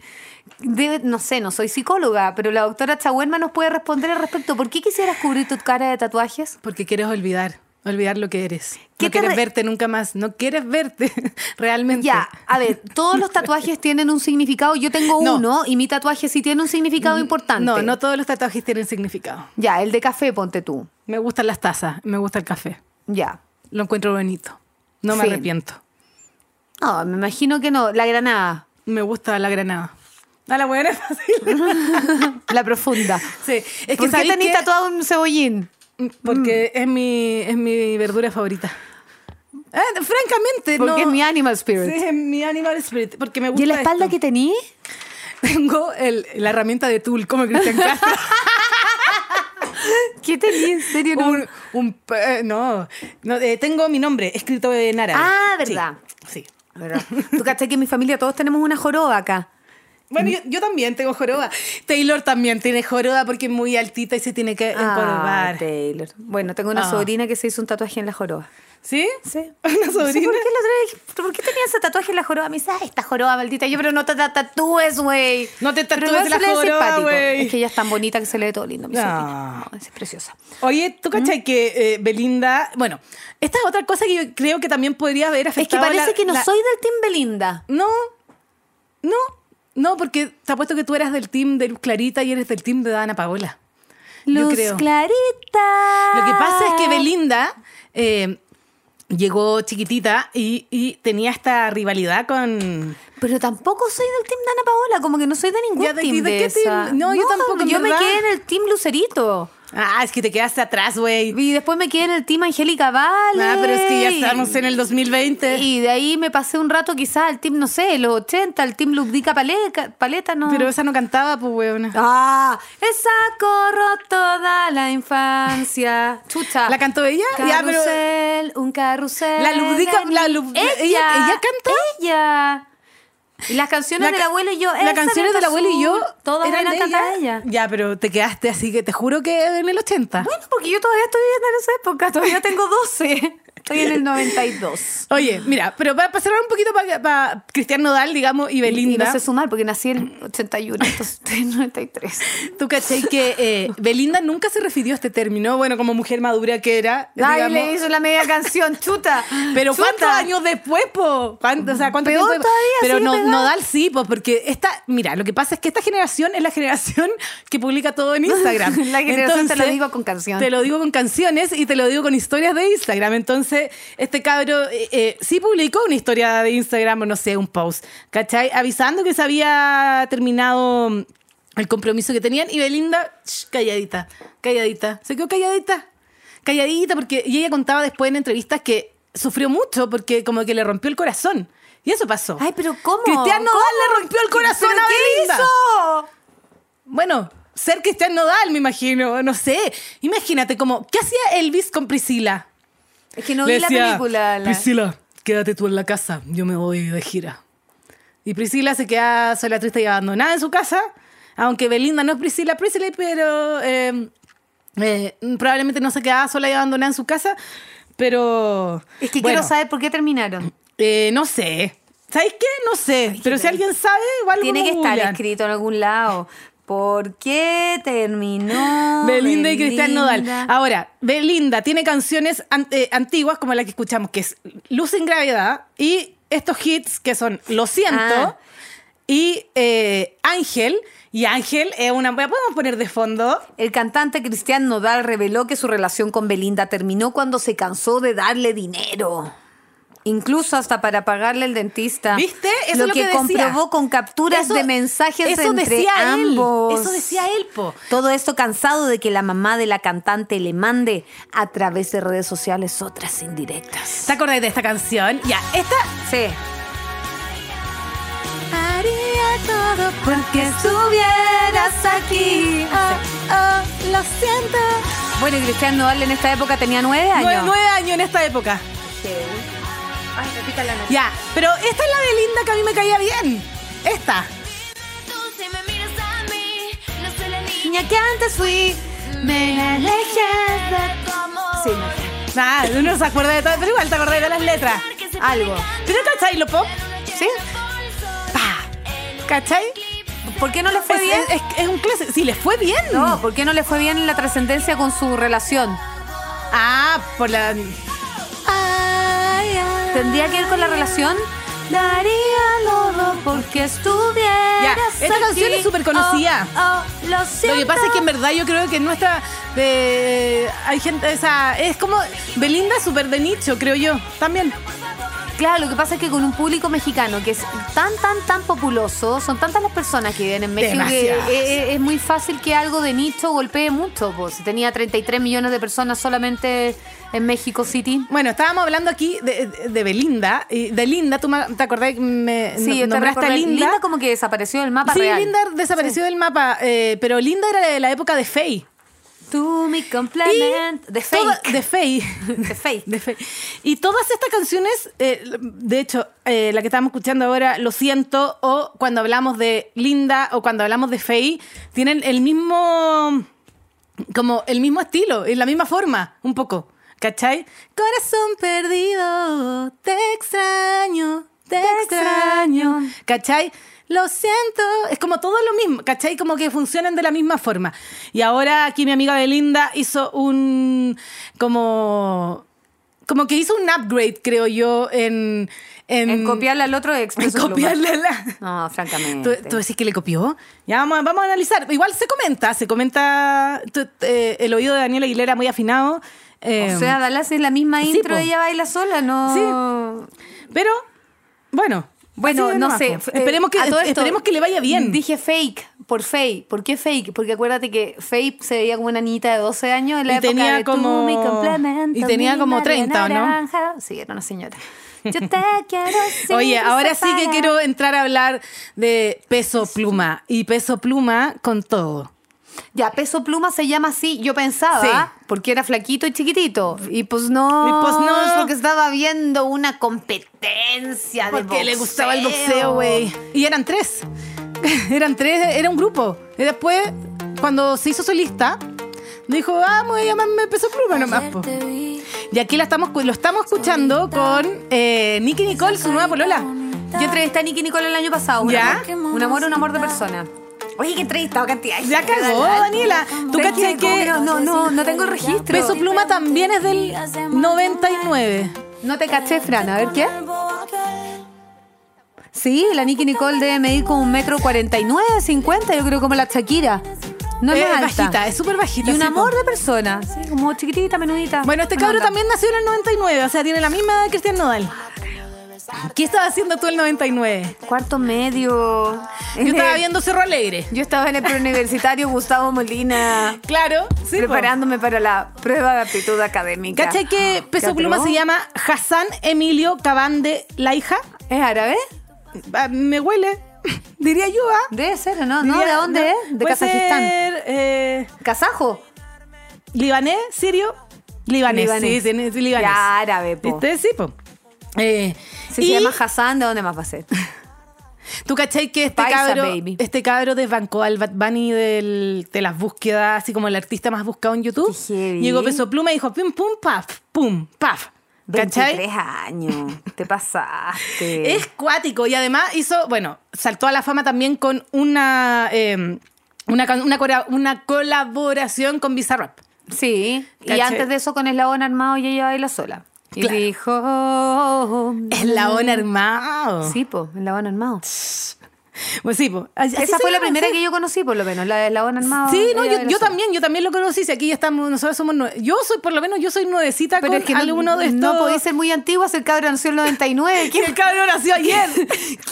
[SPEAKER 2] debe- no sé, no soy psicóloga, pero la doctora Chahuelma nos puede responder al respecto. ¿Por qué quisieras cubrir tu cara de tatuajes?
[SPEAKER 3] Porque quieres olvidar. Olvidar lo que eres.
[SPEAKER 2] ¿Qué
[SPEAKER 3] no
[SPEAKER 2] te
[SPEAKER 3] quieres
[SPEAKER 2] re-
[SPEAKER 3] verte nunca más. No quieres verte realmente.
[SPEAKER 2] Ya, a ver, todos los tatuajes tienen un significado. Yo tengo
[SPEAKER 3] No. Mm,
[SPEAKER 2] uno y mi tatuaje sí tiene un significado importante.
[SPEAKER 3] No, no todos los tatuajes tienen significado.
[SPEAKER 2] Ya, el de café, ponte tú.
[SPEAKER 3] Me gustan las tazas, me gusta el café.
[SPEAKER 2] Ya.
[SPEAKER 3] Lo encuentro bonito. No me
[SPEAKER 2] Sí.
[SPEAKER 3] arrepiento.
[SPEAKER 2] No, me imagino que no. La granada,
[SPEAKER 3] Me gusta la granada. A Ah, la buena es fácil.
[SPEAKER 2] la profunda.
[SPEAKER 3] sí, es que
[SPEAKER 2] ¿Por qué
[SPEAKER 3] ¿sabéis
[SPEAKER 2] tenés
[SPEAKER 3] qué? Mm,
[SPEAKER 2] tatuado un cebollín?
[SPEAKER 3] Porque es mi, es mi verdura favorita. Eh,
[SPEAKER 2] Porque
[SPEAKER 3] francamente, no.
[SPEAKER 2] es mi animal spirit.
[SPEAKER 3] Sí, es mi animal spirit. Porque me gusta.
[SPEAKER 2] ¿Y en la espalda
[SPEAKER 3] esto.
[SPEAKER 2] que tenía?
[SPEAKER 3] tengo el- la herramienta de Tool, como Cristian Castro.
[SPEAKER 2] ¿Qué tenía en serio? No-
[SPEAKER 3] un, un pe- eh, no, no eh, tengo mi nombre escrito en árabe.
[SPEAKER 2] Ah, verdad.
[SPEAKER 3] Sí. sí.
[SPEAKER 2] ¿Verdad? Tú cachai que en mi familia todos tenemos una joroba acá.
[SPEAKER 3] Bueno, yo, yo también tengo joroba. Taylor también tiene joroba porque es muy altita y se tiene que
[SPEAKER 2] Ah,
[SPEAKER 3] encorvar.
[SPEAKER 2] Taylor. Bueno, tengo una
[SPEAKER 3] Ah.
[SPEAKER 2] sobrina que se hizo un tatuaje en la joroba.
[SPEAKER 3] ¿Sí?
[SPEAKER 2] Sí.
[SPEAKER 3] Una
[SPEAKER 2] No sé
[SPEAKER 3] sobrina.
[SPEAKER 2] ¿Por qué, la otra vez- ¿Por qué tenía ese tatuaje en la joroba? Me dice, "Ah, esta joroba maldita. Yo, pero no te ta- tatúes, güey.
[SPEAKER 3] No te
[SPEAKER 2] Pero
[SPEAKER 3] tatúes
[SPEAKER 2] igual
[SPEAKER 3] la
[SPEAKER 2] se le ve
[SPEAKER 3] joroba,
[SPEAKER 2] simpático.
[SPEAKER 3] güey.
[SPEAKER 2] Es que ella es tan bonita que se le ve todo lindo, mi
[SPEAKER 3] Ah.
[SPEAKER 2] sobrina. No, es preciosa.
[SPEAKER 3] Oye, ¿tú cachai
[SPEAKER 2] ¿Mm?
[SPEAKER 3] que eh, Belinda... Bueno, esta es otra cosa que yo creo que también podría haber
[SPEAKER 2] Es que
[SPEAKER 3] afectado...
[SPEAKER 2] parece
[SPEAKER 3] la-
[SPEAKER 2] que no
[SPEAKER 3] la-
[SPEAKER 2] soy del Team Belinda.
[SPEAKER 3] No, no, no, porque te apuesto que tú eras del team de Luz Clarita y eres del team de Dana Paola. Yo
[SPEAKER 2] Luz
[SPEAKER 3] creo.
[SPEAKER 2] Clarita.
[SPEAKER 3] Lo que pasa
[SPEAKER 2] Ah.
[SPEAKER 3] es que Belinda eh, llegó chiquitita y, y tenía esta rivalidad con...
[SPEAKER 2] Pero tampoco soy del team Dana Paola, como que no soy de ningún
[SPEAKER 3] Ya, ¿de-
[SPEAKER 2] team.
[SPEAKER 3] de
[SPEAKER 2] de
[SPEAKER 3] qué
[SPEAKER 2] esa.
[SPEAKER 3] team? No, yo tampoco, en
[SPEAKER 2] Yo me
[SPEAKER 3] verdad.
[SPEAKER 2] quedé en el team Lucerito.
[SPEAKER 3] Ah, es que te quedaste atrás, güey.
[SPEAKER 2] Y después me quedé en el team Angélica Vale.
[SPEAKER 3] Ah, pero es que ya
[SPEAKER 2] y-
[SPEAKER 3] estamos en el 2020.
[SPEAKER 2] Y de ahí me pasé un rato quizás al team, no sé, los 80, al team Lubdica Paleta, Paleta, no.
[SPEAKER 3] Pero esa no cantaba, pues, weona.
[SPEAKER 2] Ah, esa corro toda la infancia. Chucha.
[SPEAKER 3] ¿La cantó ella? Ya, pero-
[SPEAKER 2] Carrusel, un carrusel.
[SPEAKER 3] La Lubdica-
[SPEAKER 2] de-
[SPEAKER 3] la Lub-
[SPEAKER 2] ella,
[SPEAKER 3] ella- ella cantó.
[SPEAKER 2] Ella. Y las canciones
[SPEAKER 3] La
[SPEAKER 2] del
[SPEAKER 3] ca-
[SPEAKER 2] abuelo y yo.
[SPEAKER 3] Las canciones del abuelo y yo.
[SPEAKER 2] Todas eran,
[SPEAKER 3] de
[SPEAKER 2] cantadas de ella.
[SPEAKER 3] Ya, pero te quedaste así que te juro que en el 80.
[SPEAKER 2] Bueno, porque yo todavía estoy viviendo en esa época, todavía tengo 12. Estoy en el 92.
[SPEAKER 3] Oye, mira, pero para, pasar un poquito para Cristian Nodal, digamos, y Belinda.
[SPEAKER 2] Y no sé sumar porque nací en el 81, entonces estoy en el 93.
[SPEAKER 3] Tú cachai que eh, Belinda nunca se refirió a este término, bueno, como mujer madura que era.
[SPEAKER 2] Ay,
[SPEAKER 3] digamos.
[SPEAKER 2] le hizo la media canción, chuta.
[SPEAKER 3] Pero
[SPEAKER 2] Chuta.
[SPEAKER 3] ¿cuántos años después, po? ¿Cuánto, o sea, ¿cuánto
[SPEAKER 2] Peor
[SPEAKER 3] tiempo?
[SPEAKER 2] todavía,
[SPEAKER 3] Pero
[SPEAKER 2] sigue
[SPEAKER 3] no,
[SPEAKER 2] pegada.
[SPEAKER 3] Nodal sí, pues, porque esta, mira, lo que pasa es que esta generación es la generación que publica todo en Instagram.
[SPEAKER 2] La generación te lo digo con canción.
[SPEAKER 3] Te lo digo con canciones y te lo digo con historias de Instagram. Entonces, este cabro eh, eh, sí publicó una historia de Instagram, o no sé, un post, ¿cachai? Avisando que se había terminado mm, el compromiso que tenían y Belinda, sh, calladita, calladita, se quedó calladita calladita, porque y ella contaba después en entrevistas que sufrió mucho porque como que le rompió el corazón. Y eso pasó.
[SPEAKER 2] Ay, pero ¿cómo?
[SPEAKER 3] Cristian Nodal
[SPEAKER 2] ¿Cómo?
[SPEAKER 3] le rompió el corazón
[SPEAKER 2] ¿Pero
[SPEAKER 3] a
[SPEAKER 2] qué
[SPEAKER 3] Belinda.
[SPEAKER 2] hizo?
[SPEAKER 3] Bueno, ser Cristian Nodal, me imagino, no sé. Imagínate como, ¿qué hacía Elvis con Priscila?
[SPEAKER 2] Es que no
[SPEAKER 3] Le
[SPEAKER 2] vi la
[SPEAKER 3] decía,
[SPEAKER 2] película. la-
[SPEAKER 3] Priscila, quédate tú en la casa, yo me voy de gira. Y Priscila se queda sola, triste y abandonada en su casa, aunque Belinda no es Priscila, Priscila, pero eh, eh, probablemente no se quedaba sola y abandonada en su casa, pero...
[SPEAKER 2] Es que
[SPEAKER 3] bueno,
[SPEAKER 2] quiero saber por qué terminaron.
[SPEAKER 3] eh, no sé. ¿Sabéis qué? No sé, pero si alguien sabe, igual
[SPEAKER 2] Tiene
[SPEAKER 3] lo
[SPEAKER 2] que estar
[SPEAKER 3] googlean.
[SPEAKER 2] escrito en algún lado. ¿Por qué terminó?
[SPEAKER 3] Belinda y Cristian Nodal.
[SPEAKER 2] Belinda?
[SPEAKER 3] Ahora, Belinda tiene canciones an- eh, antiguas como la que escuchamos, que es Luz en Gravedad, y estos hits que son Lo Siento
[SPEAKER 2] Ah.
[SPEAKER 3] y eh, Ángel. Y Ángel es una. ¿la ¿Podemos poner de fondo?
[SPEAKER 2] El cantante Cristian Nodal reveló que su relación con Belinda terminó cuando se cansó de darle dinero. Incluso hasta para pagarle el dentista.
[SPEAKER 3] ¿Viste? Eso es
[SPEAKER 2] lo
[SPEAKER 3] lo
[SPEAKER 2] que,
[SPEAKER 3] que decía.
[SPEAKER 2] comprobó con capturas
[SPEAKER 3] Eso-
[SPEAKER 2] de mensajes
[SPEAKER 3] eso
[SPEAKER 2] entre
[SPEAKER 3] decía él.
[SPEAKER 2] ambos.
[SPEAKER 3] Eso decía él, po.
[SPEAKER 2] Todo esto cansado de que la mamá de la cantante le mande a través de redes sociales otras indirectas.
[SPEAKER 3] ¿Te acordáis de esta canción? Ya, esta.
[SPEAKER 2] Sí.
[SPEAKER 3] Haría todo
[SPEAKER 2] Porque estuvieras aquí.
[SPEAKER 3] lo siento.
[SPEAKER 2] Bueno, y Cristian Nodal en esta época tenía nueve años.
[SPEAKER 3] Nueve, nueve años en esta época.
[SPEAKER 2] Ay, me pica la nariz.
[SPEAKER 3] Ya, pero esta es la Belinda que a mí me caía bien. Esta.
[SPEAKER 5] Tú si me miras a mí, no soy la niña
[SPEAKER 2] Niña que antes fui, me alejé de
[SPEAKER 5] como
[SPEAKER 2] Sí,
[SPEAKER 3] Nada, uno se acuerda de todo, pero igual te acordáis de las letras.
[SPEAKER 2] algo.
[SPEAKER 3] ¿Tú no cachai lo pop?
[SPEAKER 2] ¿Sí?
[SPEAKER 3] Pa. ¿Cachai?
[SPEAKER 2] ¿Por qué no le fue
[SPEAKER 3] Es-
[SPEAKER 2] bien?
[SPEAKER 3] Pues Es, es- es un clase. Sí, les fue bien.
[SPEAKER 2] No, ¿por qué no le fue bien en la trascendencia con su relación?
[SPEAKER 3] Ah, por la.
[SPEAKER 2] ¿Tendría que ir con la relación? Daría lodo porque estuvieras
[SPEAKER 3] Ya, esta canción
[SPEAKER 2] aquí.
[SPEAKER 3] es súper conocida.
[SPEAKER 2] Oh, oh, lo
[SPEAKER 3] Lo
[SPEAKER 2] siento.
[SPEAKER 3] que pasa es que en verdad yo creo que en nuestra. eh, hay gente. Esa, es como. Belinda es súper de nicho, creo yo. También.
[SPEAKER 2] Claro, lo que pasa es que con un público mexicano que es tan, tan, tan populoso, son tantas las personas que viven en México que
[SPEAKER 3] Demasiadas.
[SPEAKER 2] eh, eh, es muy fácil que algo de nicho golpee mucho. Pues si tenía 33 millones de personas solamente en México City.
[SPEAKER 3] Bueno, estábamos hablando aquí de, de- de Belinda. y De Linda, ¿tú ma- te acordás? que Me,
[SPEAKER 2] Sí, yo te
[SPEAKER 3] nombraste a
[SPEAKER 2] recordé.
[SPEAKER 3] Linda.
[SPEAKER 2] Linda como que desapareció del mapa
[SPEAKER 3] sí,
[SPEAKER 2] real.
[SPEAKER 3] Linda desapareció del mapa, eh, pero Linda era de la época de Faye.
[SPEAKER 2] Tú mi complement. De fake.
[SPEAKER 3] Toda- de Faye.
[SPEAKER 2] De fake.
[SPEAKER 3] De Faye. Y todas estas canciones, eh, de hecho, eh, la que estamos escuchando ahora, Lo siento, o cuando hablamos de Linda, o cuando hablamos de Faye, tienen el mismo, como el mismo estilo, en la misma forma, un poco. ¿Cachai? Corazón perdido, te extraño, te, extraño.
[SPEAKER 2] extraño.
[SPEAKER 3] ¿Cachai? Lo siento, es como todo lo mismo, ¿cachai? Como que funcionan de la misma forma. Y ahora aquí mi amiga Belinda hizo un, como, como que hizo un upgrade, creo yo, en... En,
[SPEAKER 2] En copiarle al otro ex.
[SPEAKER 3] en
[SPEAKER 2] Peso Pluma.
[SPEAKER 3] copiarle la...
[SPEAKER 2] No, francamente.
[SPEAKER 3] ¿Tú, tú decís que le copió? Ya vamos a, vamos a analizar. Igual se comenta, se comenta tú, eh, el oído de Daniel Aguilera muy afinado. eh,
[SPEAKER 2] o sea, Dallas es la misma
[SPEAKER 3] sí,
[SPEAKER 2] intro,
[SPEAKER 3] po.
[SPEAKER 2] ella baila sola, no.
[SPEAKER 3] pero, bueno.
[SPEAKER 2] Bueno,
[SPEAKER 3] así de
[SPEAKER 2] no
[SPEAKER 3] nomás,
[SPEAKER 2] sé.
[SPEAKER 3] po. Esperemos que,
[SPEAKER 2] eh, a todo esto,
[SPEAKER 3] esperemos que le vaya bien.
[SPEAKER 2] Dije fake por Faye. ¿Por qué fake? Porque acuérdate que Faye se veía como una niñita de 12 años en la
[SPEAKER 3] Y
[SPEAKER 2] época
[SPEAKER 3] tenía
[SPEAKER 2] de
[SPEAKER 3] como-
[SPEAKER 2] tú, mi complemento,
[SPEAKER 3] y tenía
[SPEAKER 2] mi
[SPEAKER 3] como
[SPEAKER 2] María
[SPEAKER 3] 30, ¿o no?
[SPEAKER 2] naranja. Sí, era una señora. Yo te quiero sin
[SPEAKER 3] Oye, ahora sí que
[SPEAKER 2] separar.
[SPEAKER 3] quiero entrar a hablar de peso pluma. Y peso pluma con todo.
[SPEAKER 2] Ya, peso pluma se llama así, yo pensaba, porque era flaquito y chiquitito. Y pues no,
[SPEAKER 3] Y pues no.
[SPEAKER 2] es porque estaba viendo una competencia de
[SPEAKER 3] Porque le
[SPEAKER 2] boxeo.
[SPEAKER 3] gustaba el boxeo, güey. Y eran tres. eran tres, era un grupo. Y después, cuando se hizo solista, dijo, ah, me voy a llamarme peso pluma nomás. po". Y aquí la estamos, cu- lo estamos escuchando con eh, Nicky Nicole, su nueva polola.
[SPEAKER 2] Yo entrevisté a Nicky Nicole el año pasado. un
[SPEAKER 3] ¿Ya?
[SPEAKER 2] amor. Un amor, un amor de persona. Oye, qué entrevistado cantidad. de
[SPEAKER 3] Ya
[SPEAKER 2] gente,
[SPEAKER 3] cagó,
[SPEAKER 2] ¿verdad?
[SPEAKER 3] Daniela. ¿Tú
[SPEAKER 2] ¿Sabes
[SPEAKER 3] cachai
[SPEAKER 2] qué?
[SPEAKER 3] que
[SPEAKER 2] No, no, no, no tengo el registro.
[SPEAKER 3] Peso Pluma también es del 99?
[SPEAKER 2] No te caché, Fran. A ver, ¿qué? Sí, la Nicky Nicole debe medir como un metro cuarenta y nueve, cincuenta, yo creo, como la Shakira. No Eh, es
[SPEAKER 3] es
[SPEAKER 2] más alta.
[SPEAKER 3] bajita, es súper bajita.
[SPEAKER 2] Y un
[SPEAKER 3] sí, po.
[SPEAKER 2] amor de persona, sí, como chiquitita, menudita.
[SPEAKER 3] Bueno, este
[SPEAKER 2] Buena
[SPEAKER 3] cabro
[SPEAKER 2] onda.
[SPEAKER 3] también nació en el 99, o sea, tiene la misma edad de Cristian Nodal. ¿Qué estaba haciendo tú el 99?
[SPEAKER 2] Cuarto medio.
[SPEAKER 3] Yo estaba viendo Cerro Alegre.
[SPEAKER 2] Yo estaba en el preuniversitario Gustavo Molina.
[SPEAKER 3] Claro, sí. po.
[SPEAKER 2] preparándome para la prueba de aptitud académica. Ah,
[SPEAKER 3] ¿Cachai que Peso
[SPEAKER 2] ¿Teatro?
[SPEAKER 3] Pluma se llama Hassan Emilio Cabande La Hija?
[SPEAKER 2] ¿Es árabe?
[SPEAKER 3] Ah, Me huele, diría yo, ¿ah?
[SPEAKER 2] Debe ser, ¿o ¿no? Pues, ¿No? ¿De
[SPEAKER 3] Diría-
[SPEAKER 2] dónde
[SPEAKER 3] no,
[SPEAKER 2] es? De
[SPEAKER 3] puede
[SPEAKER 2] Kazajistán.
[SPEAKER 3] ser, eh,
[SPEAKER 2] ¿Kazajo?
[SPEAKER 3] ¿Libanés? ¿Sirio? Libanés,
[SPEAKER 2] Libanés.
[SPEAKER 3] sí, sí, sí, libanés.
[SPEAKER 2] Ya, árabe, po.
[SPEAKER 3] ¿Viste? Sí, po. Eh,
[SPEAKER 2] Si
[SPEAKER 3] y
[SPEAKER 2] se llama Hassan, ¿de dónde más va a ser?
[SPEAKER 3] tú cachai que este
[SPEAKER 2] Paisa,
[SPEAKER 3] cabro,
[SPEAKER 2] baby.
[SPEAKER 3] este cabro desbancó al Bad Bunny del- de las búsquedas, así como el artista más buscado en YouTube.
[SPEAKER 2] Qué heavy.
[SPEAKER 3] Llegó Peso Pluma y dijo, pum, pum, paf, pum, paf. ¿Cachai?
[SPEAKER 2] 23 años. Te pasaste.
[SPEAKER 3] Es cuático y además hizo, bueno, saltó a la fama también con una, eh, una, can- una, cora- una colaboración con Bizarrap.
[SPEAKER 2] Sí. Y
[SPEAKER 3] ¿Cachai?
[SPEAKER 2] antes de eso, con Eslabón Armado, y ella baila sola. Y
[SPEAKER 3] Claro.
[SPEAKER 2] dijo...
[SPEAKER 3] Es la ONA armado.
[SPEAKER 2] Mm. Sí, po, Eslabón Armado.
[SPEAKER 3] Pues sí, po. Así
[SPEAKER 2] Esa
[SPEAKER 3] se
[SPEAKER 2] fue la
[SPEAKER 3] llama,
[SPEAKER 2] primera
[SPEAKER 3] sí.
[SPEAKER 2] que yo conocí, por lo menos, la de Eslabón Armado. eh,
[SPEAKER 3] Sí, no,
[SPEAKER 2] ella
[SPEAKER 3] yo,
[SPEAKER 2] baila
[SPEAKER 3] yo
[SPEAKER 2] sola.
[SPEAKER 3] también, yo también lo conocí, si aquí ya estamos, nosotros somos nue- Yo soy, por lo menos, yo soy nuevecita
[SPEAKER 2] Pero
[SPEAKER 3] con
[SPEAKER 2] es que
[SPEAKER 3] alguno
[SPEAKER 2] no,
[SPEAKER 3] de estos.
[SPEAKER 2] no podéis ser muy antiguas, el cabro nació en el 99. ¿Qué,
[SPEAKER 3] El cabrón nació ayer.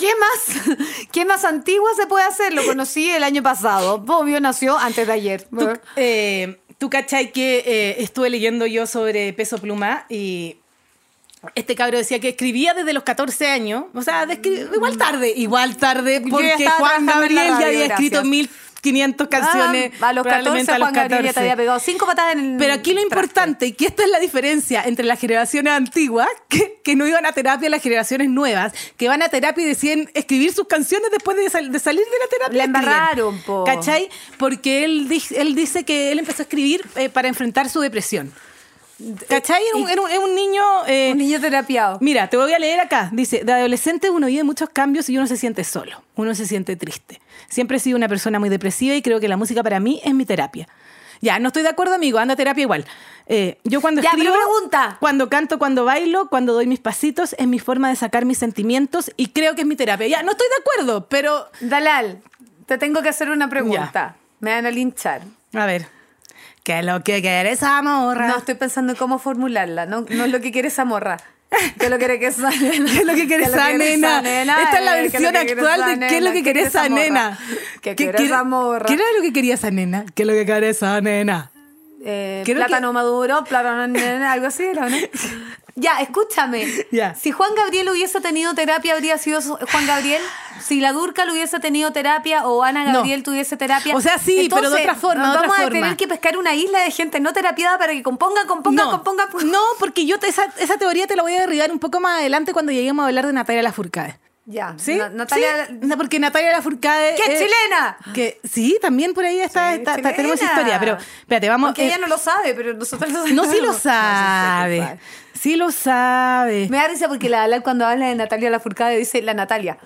[SPEAKER 2] qué más, ¿Qué más antigua se puede hacer? Lo conocí el año pasado. Obvio, nació antes de ayer.
[SPEAKER 3] Tú, eh, tú cachai que eh, estuve leyendo yo sobre Peso Pluma y este cabro decía que escribía desde los 14 años, o sea, de escri- igual tarde, igual tarde,
[SPEAKER 2] Mm. ya
[SPEAKER 3] porque
[SPEAKER 2] estaba
[SPEAKER 3] Juan
[SPEAKER 2] trabajando en la
[SPEAKER 3] Gabriel ya
[SPEAKER 2] radio,
[SPEAKER 3] había escrito
[SPEAKER 2] gracias.
[SPEAKER 3] 1500 canciones.
[SPEAKER 2] Ah, a los 14,
[SPEAKER 3] probablemente
[SPEAKER 2] Juan Gabriel ya te había pegado cinco patadas en el.
[SPEAKER 3] Pero aquí lo
[SPEAKER 2] traste.
[SPEAKER 3] importante, y que esta es la diferencia entre las generaciones antiguas, que, que no iban a terapia, y las generaciones nuevas, que van a terapia y deciden escribir sus canciones después de, sal- de salir de la terapia.
[SPEAKER 2] La
[SPEAKER 3] escriben.
[SPEAKER 2] embarraron, po.
[SPEAKER 3] ¿Cachai? Porque él, di- él dice que él empezó a escribir eh, para enfrentar su depresión. ¿Cachai? Era un, era un- era un niño... eh,
[SPEAKER 2] Eh, Un niño terapiado.
[SPEAKER 3] Mira, te voy a leer acá. Dice, de adolescente uno vive muchos cambios y uno se siente solo, uno se siente triste. Siempre he sido una persona muy depresiva y creo que la música para mí es mi terapia. Ya, no estoy de acuerdo, amigo, anda a terapia igual. Eh, yo cuando
[SPEAKER 2] Ya,
[SPEAKER 3] escribo,
[SPEAKER 2] pero pregunta.
[SPEAKER 3] cuando canto, cuando bailo, cuando doy mis pasitos, es mi forma de sacar mis sentimientos y creo que es mi terapia. Ya, no estoy de acuerdo, pero...
[SPEAKER 2] Dalal, te tengo que hacer una pregunta. Me van a linchar.
[SPEAKER 3] A ver, ¿qué es lo que quieres, esa morra?
[SPEAKER 2] No, estoy pensando en cómo formularla. No, no es lo que quiere esa morra. ¿Qué es lo que quiere que esa nena?
[SPEAKER 3] ¿Qué es lo que quiere
[SPEAKER 2] ¿Qué es lo
[SPEAKER 3] esa
[SPEAKER 2] quiere
[SPEAKER 3] nena? Esta es la
[SPEAKER 2] ¿Qué lo
[SPEAKER 3] versión
[SPEAKER 2] eh, que quiere
[SPEAKER 3] actual
[SPEAKER 2] esa
[SPEAKER 3] de qué es lo
[SPEAKER 2] nena?
[SPEAKER 3] que quería
[SPEAKER 2] quiere
[SPEAKER 3] esa
[SPEAKER 2] morra?
[SPEAKER 3] nena.
[SPEAKER 2] ¿Qué quiere esa morra?
[SPEAKER 3] ¿Qué era lo que quería esa nena? ¿Qué es lo que quiere esa nena?
[SPEAKER 2] Eh,
[SPEAKER 3] Creo
[SPEAKER 2] plátano maduro, plátano, nena, algo así, ¿era, ¿no? Ya, escúchame.
[SPEAKER 3] Ya.
[SPEAKER 2] Si Juan Gabriel hubiese tenido terapia, habría sido su- Juan Gabriel. Si la Durca lo hubiese tenido terapia o Ana
[SPEAKER 3] No.
[SPEAKER 2] Gabriel tuviese terapia.
[SPEAKER 3] O sea, sí, pero de otra forma, de
[SPEAKER 2] Vamos
[SPEAKER 3] otra
[SPEAKER 2] a
[SPEAKER 3] forma.
[SPEAKER 2] tener que pescar una isla de gente no terapiada para que componga, componga,
[SPEAKER 3] no,
[SPEAKER 2] componga.
[SPEAKER 3] no, porque yo te- esa, esa teoría te la voy a derribar un poco más adelante cuando lleguemos a hablar de Natalia Lafourcade.
[SPEAKER 2] Ya.
[SPEAKER 3] ¿Sí?
[SPEAKER 2] Na- Natalia.
[SPEAKER 3] Sí, no, porque Natalia Lafourcade...
[SPEAKER 2] ¡Que es
[SPEAKER 3] eh,
[SPEAKER 2] chilena!
[SPEAKER 3] Que, sí, también por ahí está,
[SPEAKER 2] Sí,
[SPEAKER 3] está- está- tenemos
[SPEAKER 2] chilena.
[SPEAKER 3] historia, pero espérate, vamos...
[SPEAKER 2] Aunque
[SPEAKER 3] eh,
[SPEAKER 2] ella no lo sabe, pero nosotros lo
[SPEAKER 3] no,
[SPEAKER 2] sabemos.
[SPEAKER 3] sí lo
[SPEAKER 2] sí
[SPEAKER 3] sabe, sí lo sabe.
[SPEAKER 2] Me da risa porque la Dalal cuando habla de Natalia Lafourcade dice la Natalia.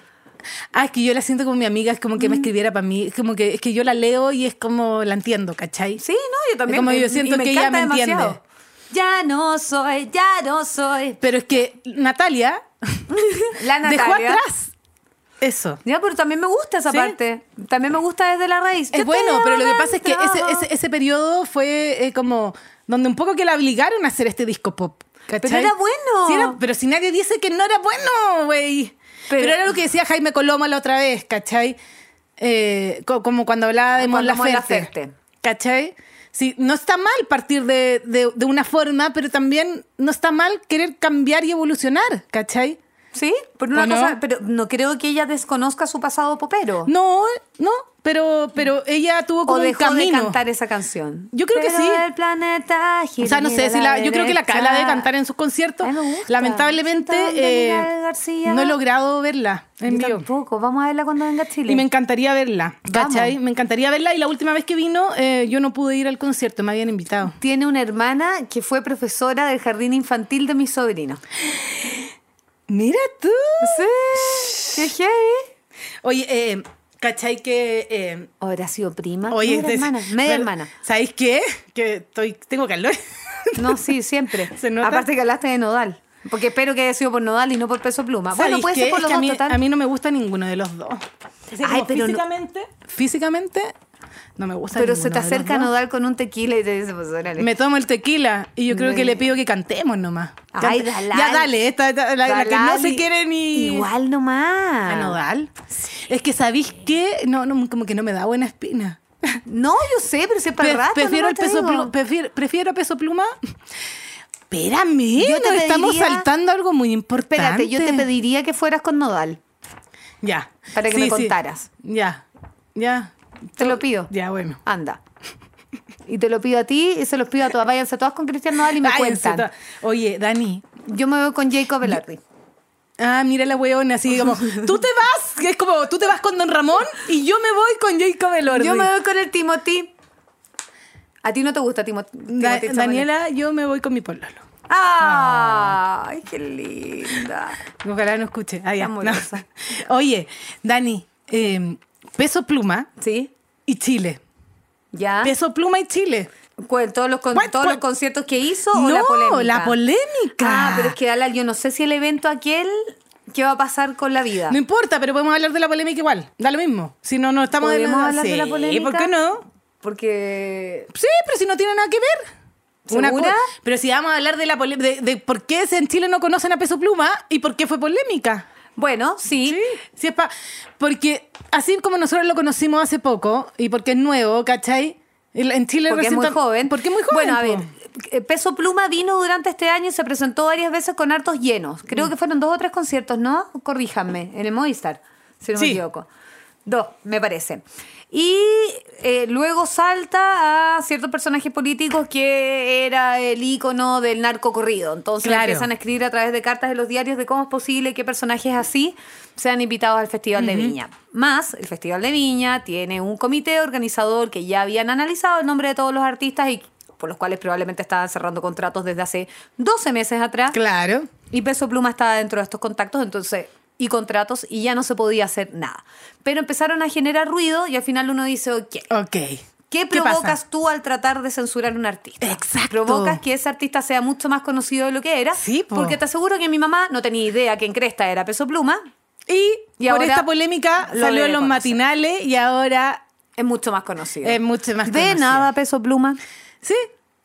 [SPEAKER 3] Ah, es que yo la siento como mi amiga, es como que
[SPEAKER 2] Mm.
[SPEAKER 3] me escribiera para mí, es como que es que yo la leo y es como la entiendo, ¿cachai?
[SPEAKER 2] Sí, no, yo también.
[SPEAKER 3] como yo
[SPEAKER 2] y
[SPEAKER 3] siento
[SPEAKER 2] me
[SPEAKER 3] que ella
[SPEAKER 2] encanta
[SPEAKER 3] me
[SPEAKER 2] demasiado.
[SPEAKER 3] entiende.
[SPEAKER 2] Ya no soy, ya no soy.
[SPEAKER 3] Pero es que Natalia,
[SPEAKER 2] La
[SPEAKER 3] dejó
[SPEAKER 2] Ah, Natalia.
[SPEAKER 3] atrás eso.
[SPEAKER 2] Ya, pero también me gusta esa
[SPEAKER 3] ¿Sí?
[SPEAKER 2] parte. También me gusta desde la raíz. Yo
[SPEAKER 3] Es bueno,
[SPEAKER 2] te
[SPEAKER 3] pero lo que pasa es que
[SPEAKER 2] adentro.
[SPEAKER 3] ese, ese, ese periodo fue eh, como donde un poco que la obligaron a hacer este disco pop. ¿cachai?
[SPEAKER 2] Pero era bueno.
[SPEAKER 3] Sí era- pero si nadie dice que no era bueno, güey.
[SPEAKER 2] Pero-
[SPEAKER 3] Pero, era lo que decía Jaime Coloma la otra vez, ¿cachai? Eh, co- como cuando hablaba de Mon
[SPEAKER 2] Cuando Mon
[SPEAKER 3] Laferte.
[SPEAKER 2] Laferte.
[SPEAKER 3] ¿Cachai? Sí, no está mal partir de, de- de una forma, pero también no está mal querer cambiar y evolucionar, ¿cachai?
[SPEAKER 2] Sí, por una
[SPEAKER 3] ¿O no?
[SPEAKER 2] cosa, pero no creo que ella desconozca su pasado popero.
[SPEAKER 3] No, no, pero, pero ella tuvo como
[SPEAKER 2] Oh. o dejó
[SPEAKER 3] un camino.
[SPEAKER 2] de cantar esa canción.
[SPEAKER 3] Yo creo que
[SPEAKER 2] Pero
[SPEAKER 3] sí.
[SPEAKER 2] El planeta gira
[SPEAKER 3] O sea, no sé,
[SPEAKER 2] a
[SPEAKER 3] si la, yo creo que la,
[SPEAKER 2] derecha.
[SPEAKER 3] la debe cantar en sus conciertos.
[SPEAKER 2] Ay, me gusta.
[SPEAKER 3] Lamentablemente,
[SPEAKER 2] Siento donde
[SPEAKER 3] eh,
[SPEAKER 2] Miguel García.
[SPEAKER 3] no he logrado verla en
[SPEAKER 2] Yo
[SPEAKER 3] vivo.
[SPEAKER 2] tampoco. Vamos a verla cuando venga a Chile.
[SPEAKER 3] Y me encantaría verla,
[SPEAKER 2] Vamos.
[SPEAKER 3] ¿cachai? Me encantaría verla. Y la última vez que vino, eh, yo no pude ir al concierto, me habían invitado.
[SPEAKER 2] Tiene una hermana que fue profesora del jardín infantil de mi sobrino.
[SPEAKER 3] ¡Mira tú!
[SPEAKER 2] Sí. ¡Qué heavy!
[SPEAKER 3] Oye, eh, ¿cachai que...? eh,
[SPEAKER 2] ¿O habrá sido prima?
[SPEAKER 3] oye,
[SPEAKER 2] Ah, media
[SPEAKER 3] te-
[SPEAKER 2] hermana. Media
[SPEAKER 3] pero-
[SPEAKER 2] hermana.
[SPEAKER 3] ¿Sabéis qué? Que estoy, tengo calor.
[SPEAKER 2] No, sí, siempre.
[SPEAKER 3] ¿Se nota?
[SPEAKER 2] Aparte que hablaste de nodal. Porque espero que haya sido por nodal y no por peso pluma. Ah, Bueno,
[SPEAKER 3] ¿Sabéis
[SPEAKER 2] puede
[SPEAKER 3] qué?
[SPEAKER 2] ser por
[SPEAKER 3] Es
[SPEAKER 2] los
[SPEAKER 3] que
[SPEAKER 2] dos
[SPEAKER 3] a mí,
[SPEAKER 2] total.
[SPEAKER 3] a mí no me gusta ninguno de los dos.
[SPEAKER 2] Ay,
[SPEAKER 3] Ay,
[SPEAKER 2] pero no-
[SPEAKER 3] físicamente, físicamente No me gusta.
[SPEAKER 2] Pero
[SPEAKER 3] ninguno
[SPEAKER 2] se te
[SPEAKER 3] de los
[SPEAKER 2] acerca
[SPEAKER 3] dos.
[SPEAKER 2] Nodal con un tequila y te dice, pues órale.
[SPEAKER 3] Me tomo el tequila y yo creo que le pido que cantemos nomás.
[SPEAKER 2] Ay,
[SPEAKER 3] Cante-
[SPEAKER 2] Dalal.
[SPEAKER 3] Ya dale, esta, esta- la, la que no
[SPEAKER 2] Dalal
[SPEAKER 3] se
[SPEAKER 2] y-
[SPEAKER 3] quiere ni. Ah,
[SPEAKER 2] Igual nomás.
[SPEAKER 3] A Nodal. Es que sabéis que. No, no, como que no me da buena espina.
[SPEAKER 2] No, yo sé, pero si es para el
[SPEAKER 3] Pre-
[SPEAKER 2] rato.
[SPEAKER 3] prefiero,
[SPEAKER 2] nomás
[SPEAKER 3] el
[SPEAKER 2] te
[SPEAKER 3] peso
[SPEAKER 2] digo.
[SPEAKER 3] pluma, prefiero, prefiero a peso pluma. Espérame,
[SPEAKER 2] Yo te
[SPEAKER 3] nos estamos
[SPEAKER 2] pediría-
[SPEAKER 3] saltando algo muy importante.
[SPEAKER 2] Espérate, yo te pediría que fueras con Nodal.
[SPEAKER 3] Ya.
[SPEAKER 2] para que me contaras.
[SPEAKER 3] Ya, ya.
[SPEAKER 2] Te lo pido.
[SPEAKER 3] Ya, bueno.
[SPEAKER 2] Anda. Y te lo pido a ti y se los pido a todas. Váyanse todas con Cristian Nodal y me
[SPEAKER 3] Ay,
[SPEAKER 2] cuentan.
[SPEAKER 3] enceta. Oye, Dani.
[SPEAKER 2] Yo me voy con Jacob Velarde.
[SPEAKER 3] Ah, mira la weona, así como, tú te vas, que es como, tú te vas con Don Ramón y yo me voy con Jacob Elordi.
[SPEAKER 2] Yo me voy con el Timothy. A ti no te gusta Timo-
[SPEAKER 3] Da-
[SPEAKER 2] Timothy. Chalamet.
[SPEAKER 3] Daniela, yo me voy con mi pololo.
[SPEAKER 2] Ay, qué linda.
[SPEAKER 3] Ojalá no escuche. Ah, ya, no.
[SPEAKER 2] Amorosa.
[SPEAKER 3] Oye, Dani, eh, peso pluma
[SPEAKER 2] ¿Sí?
[SPEAKER 3] y Chile.
[SPEAKER 2] ¿Ya?
[SPEAKER 3] Peso pluma y Chile.
[SPEAKER 2] ¿Cuál? ¿Todos los, con-
[SPEAKER 3] ¿Cuál-
[SPEAKER 2] todos
[SPEAKER 3] cuál?
[SPEAKER 2] los conciertos que hizo o
[SPEAKER 3] no,
[SPEAKER 2] la polémica?
[SPEAKER 3] la polémica.
[SPEAKER 2] Ah, pero es que Dalal, yo no sé si el evento aquel, ¿qué va a pasar con la vida?
[SPEAKER 3] No importa, pero podemos hablar de la polémica igual. Da lo mismo. Si no, no estamos
[SPEAKER 2] ¿Podemos hablar de la
[SPEAKER 3] Sí,
[SPEAKER 2] polémica?
[SPEAKER 3] ¿Por qué no?
[SPEAKER 2] Porque
[SPEAKER 3] Sí, pero si no tiene nada que ver. Una
[SPEAKER 2] ¿Segura?
[SPEAKER 3] co- pero si vamos a hablar de la pole- de, de por qué en Chile no conocen a Peso Pluma y por qué fue polémica.
[SPEAKER 2] Bueno, sí.
[SPEAKER 3] Si es pa- porque así como nosotros lo conocimos hace poco y porque es nuevo, ¿cachai? El- En Chile
[SPEAKER 2] Porque es
[SPEAKER 3] recién
[SPEAKER 2] muy
[SPEAKER 3] tam-
[SPEAKER 2] joven.
[SPEAKER 3] Porque es muy joven.
[SPEAKER 2] Bueno, a
[SPEAKER 3] po.
[SPEAKER 2] ver, eh, Peso Pluma vino durante este año y se presentó varias veces con hartos llenos.
[SPEAKER 3] Mm.
[SPEAKER 2] Creo que fueron dos o tres conciertos, ¿no? Corríjanme, en el Movistar, si no me
[SPEAKER 3] Sí.
[SPEAKER 2] equivoco. Dos, me parece. Y eh, luego salta a ciertos personajes políticos que era el ícono del narco corrido. Entonces
[SPEAKER 3] Claro.
[SPEAKER 2] empiezan a escribir a través de cartas de los diarios de cómo es posible que personajes así sean invitados al Festival de Viña. Más, el Festival de Viña tiene un comité organizador que ya habían analizado el nombre de todos los artistas y por los cuales probablemente estaban cerrando contratos desde hace 12 meses atrás.
[SPEAKER 3] Claro.
[SPEAKER 2] Y Peso Pluma estaba dentro de estos contactos, entonces, y contratos, y ya no se podía hacer nada. Pero empezaron a generar ruido y al final uno dice, ok,
[SPEAKER 3] Ok.
[SPEAKER 2] ¿Qué
[SPEAKER 3] pasa?
[SPEAKER 2] provocas tú al tratar de censurar a un artista?
[SPEAKER 3] Exacto.
[SPEAKER 2] Provocas que ese artista sea mucho más conocido de lo que era.
[SPEAKER 3] Sí, po.
[SPEAKER 2] Porque te aseguro que mi mamá no tenía idea que en Cresta era peso pluma.
[SPEAKER 3] Y,
[SPEAKER 2] Y
[SPEAKER 3] por
[SPEAKER 2] ahora
[SPEAKER 3] esta polémica
[SPEAKER 2] lo
[SPEAKER 3] salió
[SPEAKER 2] debe
[SPEAKER 3] en los
[SPEAKER 2] conocer.
[SPEAKER 3] matinales y ahora
[SPEAKER 2] Es mucho más conocido.
[SPEAKER 3] es mucho
[SPEAKER 2] de
[SPEAKER 3] más conocida.
[SPEAKER 2] nada, peso pluma.
[SPEAKER 3] Sí.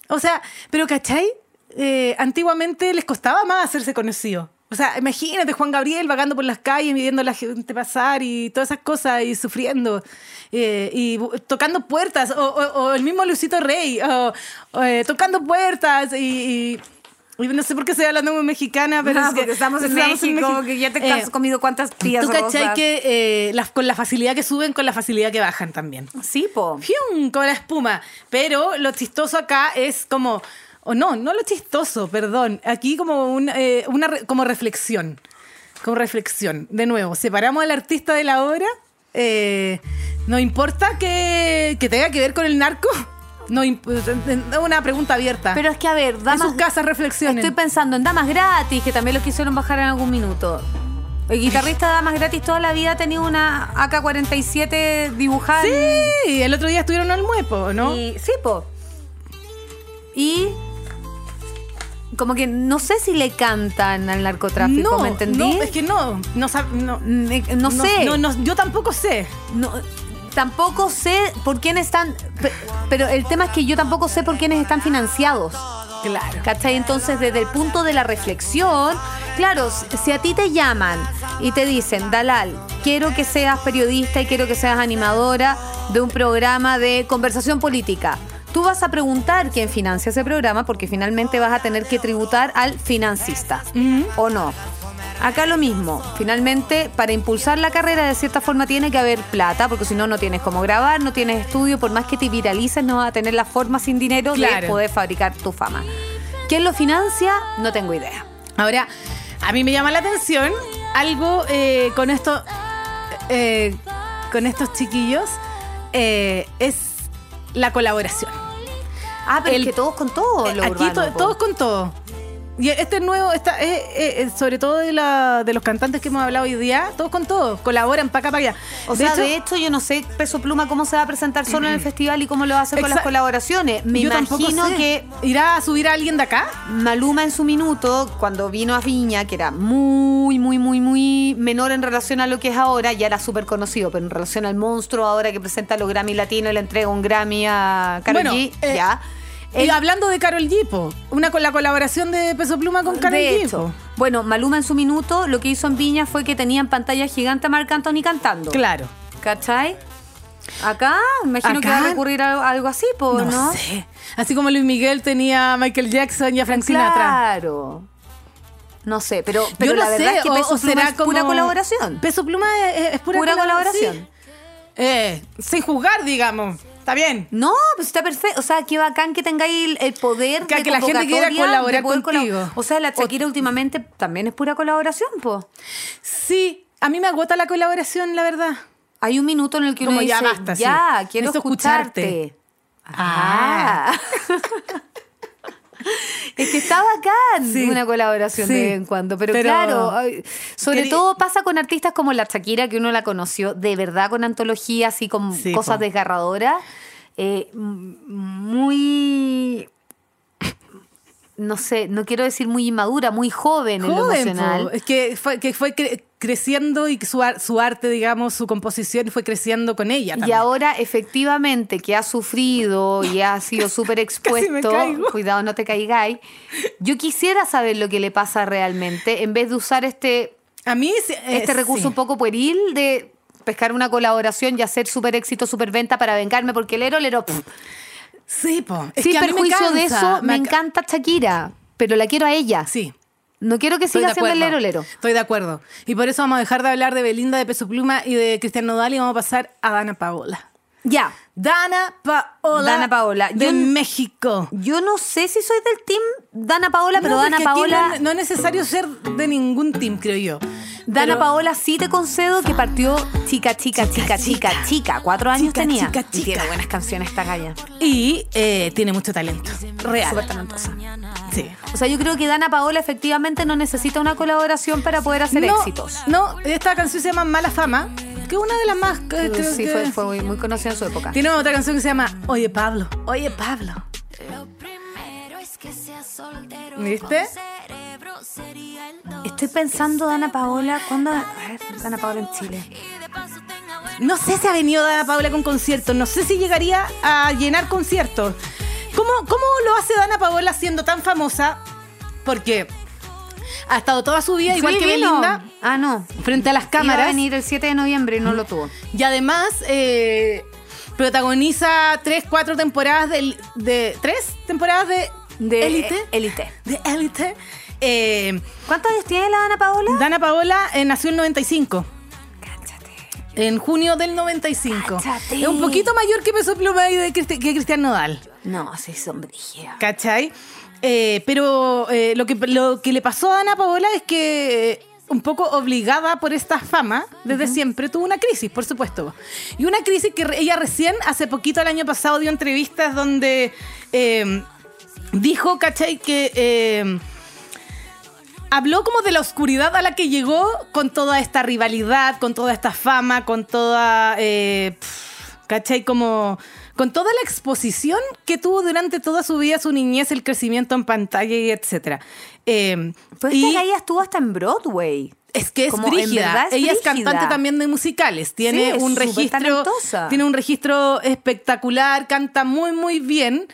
[SPEAKER 3] O sea, pero ¿cachai? Eh, antiguamente les costaba más hacerse conocido. O sea, imagínate Juan Gabriel vagando por las calles, midiendo a la gente pasar y todas esas cosas y sufriendo eh, y bu- tocando puertas. O, o- o el mismo Luisito Rey, o, o, eh, tocando puertas y... y- y no sé por qué estoy hablando muy mexicana, pero
[SPEAKER 2] Ah,
[SPEAKER 3] es que-
[SPEAKER 2] porque estamos en México, que ya te
[SPEAKER 3] Eh,
[SPEAKER 2] has comido cuántas tías
[SPEAKER 3] Tú cachai
[SPEAKER 2] rosas.
[SPEAKER 3] que eh, las- con la facilidad que suben, con la facilidad que bajan también.
[SPEAKER 2] Sí, po.
[SPEAKER 3] ¡Fium! con la espuma. Pero lo chistoso acá es como, o no, no lo chistoso, perdón, aquí como un, eh, una re- como reflexión, como reflexión. De nuevo, separamos al artista de la obra, eh, no importa que, que tenga que ver con el narco, no imp- es una pregunta abierta.
[SPEAKER 2] Pero es que, a ver,
[SPEAKER 3] en
[SPEAKER 2] damas,
[SPEAKER 3] sus casas reflexionen.
[SPEAKER 2] estoy pensando en Damas Gratis, que también los quisieron bajar en algún minuto. El guitarrista de Damas Gratis toda la vida ha tenido una AK-47 dibujada en-
[SPEAKER 3] Sí, el otro día estuvieron al muepo, ¿no?
[SPEAKER 2] Y, sí, po. Y como que no sé si le cantan al narcotráfico,
[SPEAKER 3] no,
[SPEAKER 2] ¿me entendí?
[SPEAKER 3] no, es que no, no, sab- no,
[SPEAKER 2] Me- no, sé.
[SPEAKER 3] no, no, yo tampoco sé.
[SPEAKER 2] No, tampoco sé por quién están. pe- Pero el tema es que yo tampoco sé por quiénes están financiados.
[SPEAKER 3] Claro.
[SPEAKER 2] ¿Cachai? Entonces, desde el punto de la reflexión, claro, s- si a ti te llaman y te dicen, Dalal, quiero que seas periodista y quiero que seas animadora de un programa de conversación política. Tú vas a preguntar quién financia ese programa porque finalmente vas a tener que tributar al financista, ¿o no? Acá lo mismo, finalmente para impulsar la carrera de cierta forma tiene que haber plata, porque si no, no tienes cómo grabar, no tienes estudio, por más que te viralices, no vas a tener la forma sin dinero de
[SPEAKER 3] Claro.
[SPEAKER 2] poder fabricar tu fama. ¿Quién lo financia? No tengo idea.
[SPEAKER 3] Ahora, a mí me llama la atención algo eh, con esto, eh, con estos chiquillos, eh, es la colaboración.
[SPEAKER 2] Ah, pero
[SPEAKER 3] El-
[SPEAKER 2] es que todos con todo, lo
[SPEAKER 3] Aquí
[SPEAKER 2] urbano,
[SPEAKER 3] to-
[SPEAKER 2] po.
[SPEAKER 3] todos con todo. Y este nuevo, está, eh, eh, eh, sobre todo de, la- de los cantantes que hemos hablado hoy día, todos con todos, colaboran para acá, para allá.
[SPEAKER 2] O sea, de hecho, yo no sé Peso Pluma cómo se va a presentar solo en el festival y cómo lo hace con las
[SPEAKER 3] Exacto.
[SPEAKER 2] colaboraciones. Me
[SPEAKER 3] yo tampoco
[SPEAKER 2] imagino
[SPEAKER 3] sé.
[SPEAKER 2] que
[SPEAKER 3] ¿Irá a subir a alguien de acá?
[SPEAKER 2] Maluma en su minuto, cuando vino a Viña, que era muy, muy, muy, muy menor en relación a lo que es ahora, ya era súper conocido, pero en relación al monstruo ahora que presenta los Grammy Latinos y le entrega un Grammy a Karol
[SPEAKER 3] Bueno,
[SPEAKER 2] G,
[SPEAKER 3] eh,
[SPEAKER 2] ya.
[SPEAKER 3] Y
[SPEAKER 2] Él-
[SPEAKER 3] hablando de Carol G, po, una con la colaboración de Peso Pluma con Carol
[SPEAKER 2] de
[SPEAKER 3] G.
[SPEAKER 2] hecho,
[SPEAKER 3] po.
[SPEAKER 2] bueno, Maluma en su minuto lo que hizo en Viña fue que tenían pantalla gigante a Marc Anthony cantando.
[SPEAKER 3] Claro.
[SPEAKER 2] ¿Cachai? Acá, imagino que
[SPEAKER 3] Acá-
[SPEAKER 2] va a recurrir a algo así, po,
[SPEAKER 3] No,
[SPEAKER 2] ¿no?
[SPEAKER 3] sé. Así como Luis Miguel tenía a Michael Jackson y a Frank Sinatra.
[SPEAKER 2] Claro. No sé, pero, pero
[SPEAKER 3] Yo no
[SPEAKER 2] la verdad
[SPEAKER 3] sé,
[SPEAKER 2] es que
[SPEAKER 3] o-
[SPEAKER 2] Peso
[SPEAKER 3] o
[SPEAKER 2] Pluma
[SPEAKER 3] será
[SPEAKER 2] es pura
[SPEAKER 3] como-
[SPEAKER 2] colaboración.
[SPEAKER 3] Peso Pluma es, es pura,
[SPEAKER 2] Pura
[SPEAKER 3] colab-
[SPEAKER 2] colaboración.
[SPEAKER 3] sí. Eh, sin juzgar, digamos. Está bien.
[SPEAKER 2] No, pues está perfecto. O sea, qué bacán que tengáis el, el poder
[SPEAKER 3] Que-
[SPEAKER 2] de
[SPEAKER 3] que la gente quiera
[SPEAKER 2] convocatoria,
[SPEAKER 3] colaborar
[SPEAKER 2] de poder
[SPEAKER 3] contigo.
[SPEAKER 2] colab- O sea, la Shakira últimamente también es pura colaboración, po.
[SPEAKER 3] Sí, a mí me agota la colaboración, la verdad.
[SPEAKER 2] Hay un minuto en el que uno
[SPEAKER 3] Como
[SPEAKER 2] dice,
[SPEAKER 3] ya basta, sí.
[SPEAKER 2] ya, quiero
[SPEAKER 3] Necesito
[SPEAKER 2] escucharte.
[SPEAKER 3] escucharte.
[SPEAKER 2] Ah. es que está bacán
[SPEAKER 3] Sí.
[SPEAKER 2] una colaboración de
[SPEAKER 3] Sí.
[SPEAKER 2] vez en cuando, pero,
[SPEAKER 3] Pero-
[SPEAKER 2] claro, ay, sobre
[SPEAKER 3] Quería-
[SPEAKER 2] todo pasa con artistas como la Shakira, que uno la conoció de verdad con antologías y con
[SPEAKER 3] Sí,
[SPEAKER 2] cosas
[SPEAKER 3] po.
[SPEAKER 2] desgarradoras, eh, m- muy... No sé, no quiero decir muy inmadura, muy joven, en lo
[SPEAKER 3] Joven, po.
[SPEAKER 2] emocional.
[SPEAKER 3] es que fue, que fue cre- creciendo y que su, ar- su arte, digamos, su composición fue creciendo con ella.
[SPEAKER 2] Y
[SPEAKER 3] también.
[SPEAKER 2] ahora, efectivamente, que ha sufrido y ha sido súper
[SPEAKER 3] casi me
[SPEAKER 2] expuesto,
[SPEAKER 3] caigo.
[SPEAKER 2] cuidado, no te caigáis. Yo quisiera saber lo que le pasa realmente, en vez de usar este,
[SPEAKER 3] a mí sí, eh,
[SPEAKER 2] este recurso
[SPEAKER 3] sí.
[SPEAKER 2] un poco pueril de pescar una colaboración y hacer súper éxito, súper venta para vengarme, porque el ero, lero, pff.
[SPEAKER 3] Sí, po. Es
[SPEAKER 2] sin
[SPEAKER 3] que a mí me
[SPEAKER 2] perjuicio de
[SPEAKER 3] cansa,
[SPEAKER 2] eso, me,
[SPEAKER 3] ac-
[SPEAKER 2] encanta Shakira, pero la quiero a ella.
[SPEAKER 3] Sí.
[SPEAKER 2] No quiero que
[SPEAKER 3] estoy
[SPEAKER 2] siga
[SPEAKER 3] de
[SPEAKER 2] siendo el
[SPEAKER 3] acuerdo.
[SPEAKER 2] lero, lero.
[SPEAKER 3] Estoy de acuerdo. Y por eso vamos a dejar de hablar de Belinda, de Peso Pluma y de Cristian Nodal y vamos a pasar a Dana Paola.
[SPEAKER 2] Ya.
[SPEAKER 3] Dana Paola.
[SPEAKER 2] Dana Paola.
[SPEAKER 3] De
[SPEAKER 2] Yo-
[SPEAKER 3] México.
[SPEAKER 2] Yo no sé si soy del team Dana Paola, pero
[SPEAKER 3] No,
[SPEAKER 2] Dana
[SPEAKER 3] porque aquí
[SPEAKER 2] Paola.
[SPEAKER 3] No, no es necesario ser de ningún team, creo yo.
[SPEAKER 2] Dana
[SPEAKER 3] Pero-
[SPEAKER 2] Paola, sí te concedo que partió chica, chica, chica, chica,
[SPEAKER 3] Chica,
[SPEAKER 2] chica.
[SPEAKER 3] chica.
[SPEAKER 2] Cuatro años
[SPEAKER 3] Chica,
[SPEAKER 2] tenía.
[SPEAKER 3] chica,
[SPEAKER 2] Y tiene
[SPEAKER 3] chica.
[SPEAKER 2] buenas canciones esta galla.
[SPEAKER 3] Y eh, tiene mucho talento. Real.
[SPEAKER 2] Súper talentosa.
[SPEAKER 3] Sí.
[SPEAKER 2] O sea, yo creo que Dana Paola efectivamente no necesita una colaboración para poder hacer
[SPEAKER 3] no,
[SPEAKER 2] éxitos.
[SPEAKER 3] No, esta canción se llama Mala Fama, que es una de las más. eh, creo
[SPEAKER 2] sí,
[SPEAKER 3] que-
[SPEAKER 2] fue, fue muy, muy conocida en su época.
[SPEAKER 3] Tiene otra canción que se llama Oye Pablo. Oye Pablo.
[SPEAKER 5] Lo primero es que sea soltero.
[SPEAKER 3] ¿Viste?
[SPEAKER 5] Con cerebro sería el dos.
[SPEAKER 2] Estoy pensando, Dana Paola, ¿cuándo? A ver, Dana Paola Este en Chile.
[SPEAKER 5] Y de paso tenga buen-
[SPEAKER 3] No sé si ha venido Dana Paola con conciertos, no sé si llegaría a llenar conciertos. ¿Cómo, cómo lo hace Dana Paola siendo tan famosa? Porque ha estado toda su vida, igual
[SPEAKER 2] Sí,
[SPEAKER 3] que
[SPEAKER 2] vino.
[SPEAKER 3] Belinda,
[SPEAKER 2] Ah, no.
[SPEAKER 3] frente a las
[SPEAKER 2] Cámara. Iba a
[SPEAKER 3] cámaras.
[SPEAKER 2] venir el 7 de noviembre y no lo tuvo.
[SPEAKER 3] Y además eh, protagoniza tres, cuatro temporadas del- de. ¿Tres temporadas de.
[SPEAKER 2] De
[SPEAKER 3] Élite?
[SPEAKER 2] Elite.
[SPEAKER 3] De Élite. Eh,
[SPEAKER 2] ¿Cuántos años tiene la Dana Paola?
[SPEAKER 3] Dana Paola eh, nació en 95.
[SPEAKER 2] Cáchate.
[SPEAKER 3] En junio del 95.
[SPEAKER 2] Cáchate.
[SPEAKER 3] Es un poquito mayor que Peso Pluma y de Cristi- que Cristian Nodal.
[SPEAKER 2] No, sí, son brígidas.
[SPEAKER 3] ¿Cachai? Eh, pero eh, lo, que, lo que le pasó a Ana Paola es que, eh, un poco obligada por esta fama, desde siempre tuvo una crisis, por supuesto. Y una crisis que re- ella recién, hace poquito, el año pasado, dio entrevistas donde eh, dijo, ¿cachai? Que. eh, Habló como de la oscuridad a la que llegó con toda esta rivalidad, con toda esta fama, con toda. eh, pf, ¿Cachai? Como. Con toda la exposición que tuvo durante toda su vida, su niñez, el crecimiento en pantalla y etcétera. Eh,
[SPEAKER 2] Pues
[SPEAKER 3] y
[SPEAKER 2] esta galla estuvo hasta en Broadway.
[SPEAKER 3] es que es
[SPEAKER 2] como en verdad
[SPEAKER 3] brígida.
[SPEAKER 2] es
[SPEAKER 3] Ella es
[SPEAKER 2] brígida.
[SPEAKER 3] cantante también de musicales. Tiene
[SPEAKER 2] Sí, es
[SPEAKER 3] un
[SPEAKER 2] súper
[SPEAKER 3] registro.
[SPEAKER 2] talentosa.
[SPEAKER 3] Tiene un registro espectacular, canta muy, muy bien.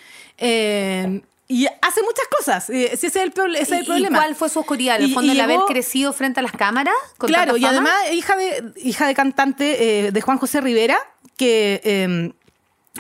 [SPEAKER 3] eh, y hace muchas cosas. Eh, ese es el, proble- ese es el
[SPEAKER 2] ¿Y-
[SPEAKER 3] problema.
[SPEAKER 2] ¿Y cuál fue su oscuridad? En el
[SPEAKER 3] Y-
[SPEAKER 2] fondo,
[SPEAKER 3] y
[SPEAKER 2] el haber
[SPEAKER 3] llegó-
[SPEAKER 2] crecido frente a las cámaras. con
[SPEAKER 3] Claro,
[SPEAKER 2] tanta
[SPEAKER 3] y
[SPEAKER 2] fama?
[SPEAKER 3] además hija de, hija de cantante eh, de Juan José Rivera, que eh,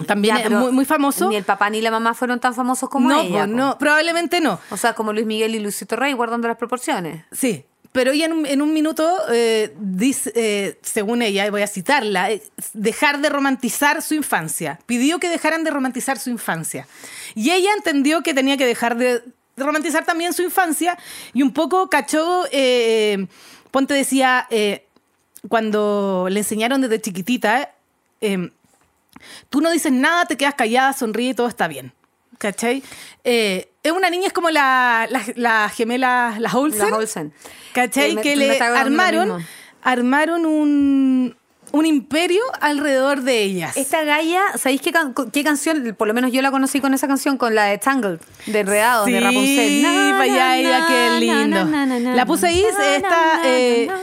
[SPEAKER 3] también
[SPEAKER 2] Ya,
[SPEAKER 3] es
[SPEAKER 2] pero
[SPEAKER 3] muy, muy famoso.
[SPEAKER 2] Ni el papá ni la mamá fueron tan famosos como
[SPEAKER 3] no,
[SPEAKER 2] ella.
[SPEAKER 3] po,
[SPEAKER 2] po.
[SPEAKER 3] no, probablemente no.
[SPEAKER 2] O sea, como Luis Miguel y Luisito Rey, guardando las proporciones.
[SPEAKER 3] Sí, pero ella en un, en un minuto eh, dice, eh, según ella, y voy a citarla, eh, dejar de romantizar su infancia. Pidió que dejaran de romantizar su infancia. Y ella entendió que tenía que dejar de de romantizar también su infancia y un poco cachó, eh, Ponte decía, eh, cuando le enseñaron desde chiquitita, eh, tú no dices nada, te quedas callada, sonríe y todo está bien. ¿cachai? Eh, es una niña, es como la- las las gemelas, las Olsen,
[SPEAKER 2] La Olsen.
[SPEAKER 3] ¿cachai?
[SPEAKER 2] Eh, me-
[SPEAKER 3] que
[SPEAKER 2] me
[SPEAKER 3] le
[SPEAKER 2] está acordando lo
[SPEAKER 3] armaron,
[SPEAKER 2] mismo.
[SPEAKER 3] armaron un, un imperio alrededor de ellas.
[SPEAKER 2] Esta Gaia, ¿sabéis qué, can- qué canción? Por lo menos yo la conocí con esa canción, con la de Tangled, de Enredado, de
[SPEAKER 3] Sí,
[SPEAKER 2] Rapunzel. Na,
[SPEAKER 3] vaya
[SPEAKER 2] na,
[SPEAKER 3] ella,
[SPEAKER 2] na,
[SPEAKER 3] qué lindo.
[SPEAKER 2] na, na, na,
[SPEAKER 3] La puse ahí,
[SPEAKER 2] na,
[SPEAKER 3] esta
[SPEAKER 2] na,
[SPEAKER 3] eh,
[SPEAKER 2] na, na.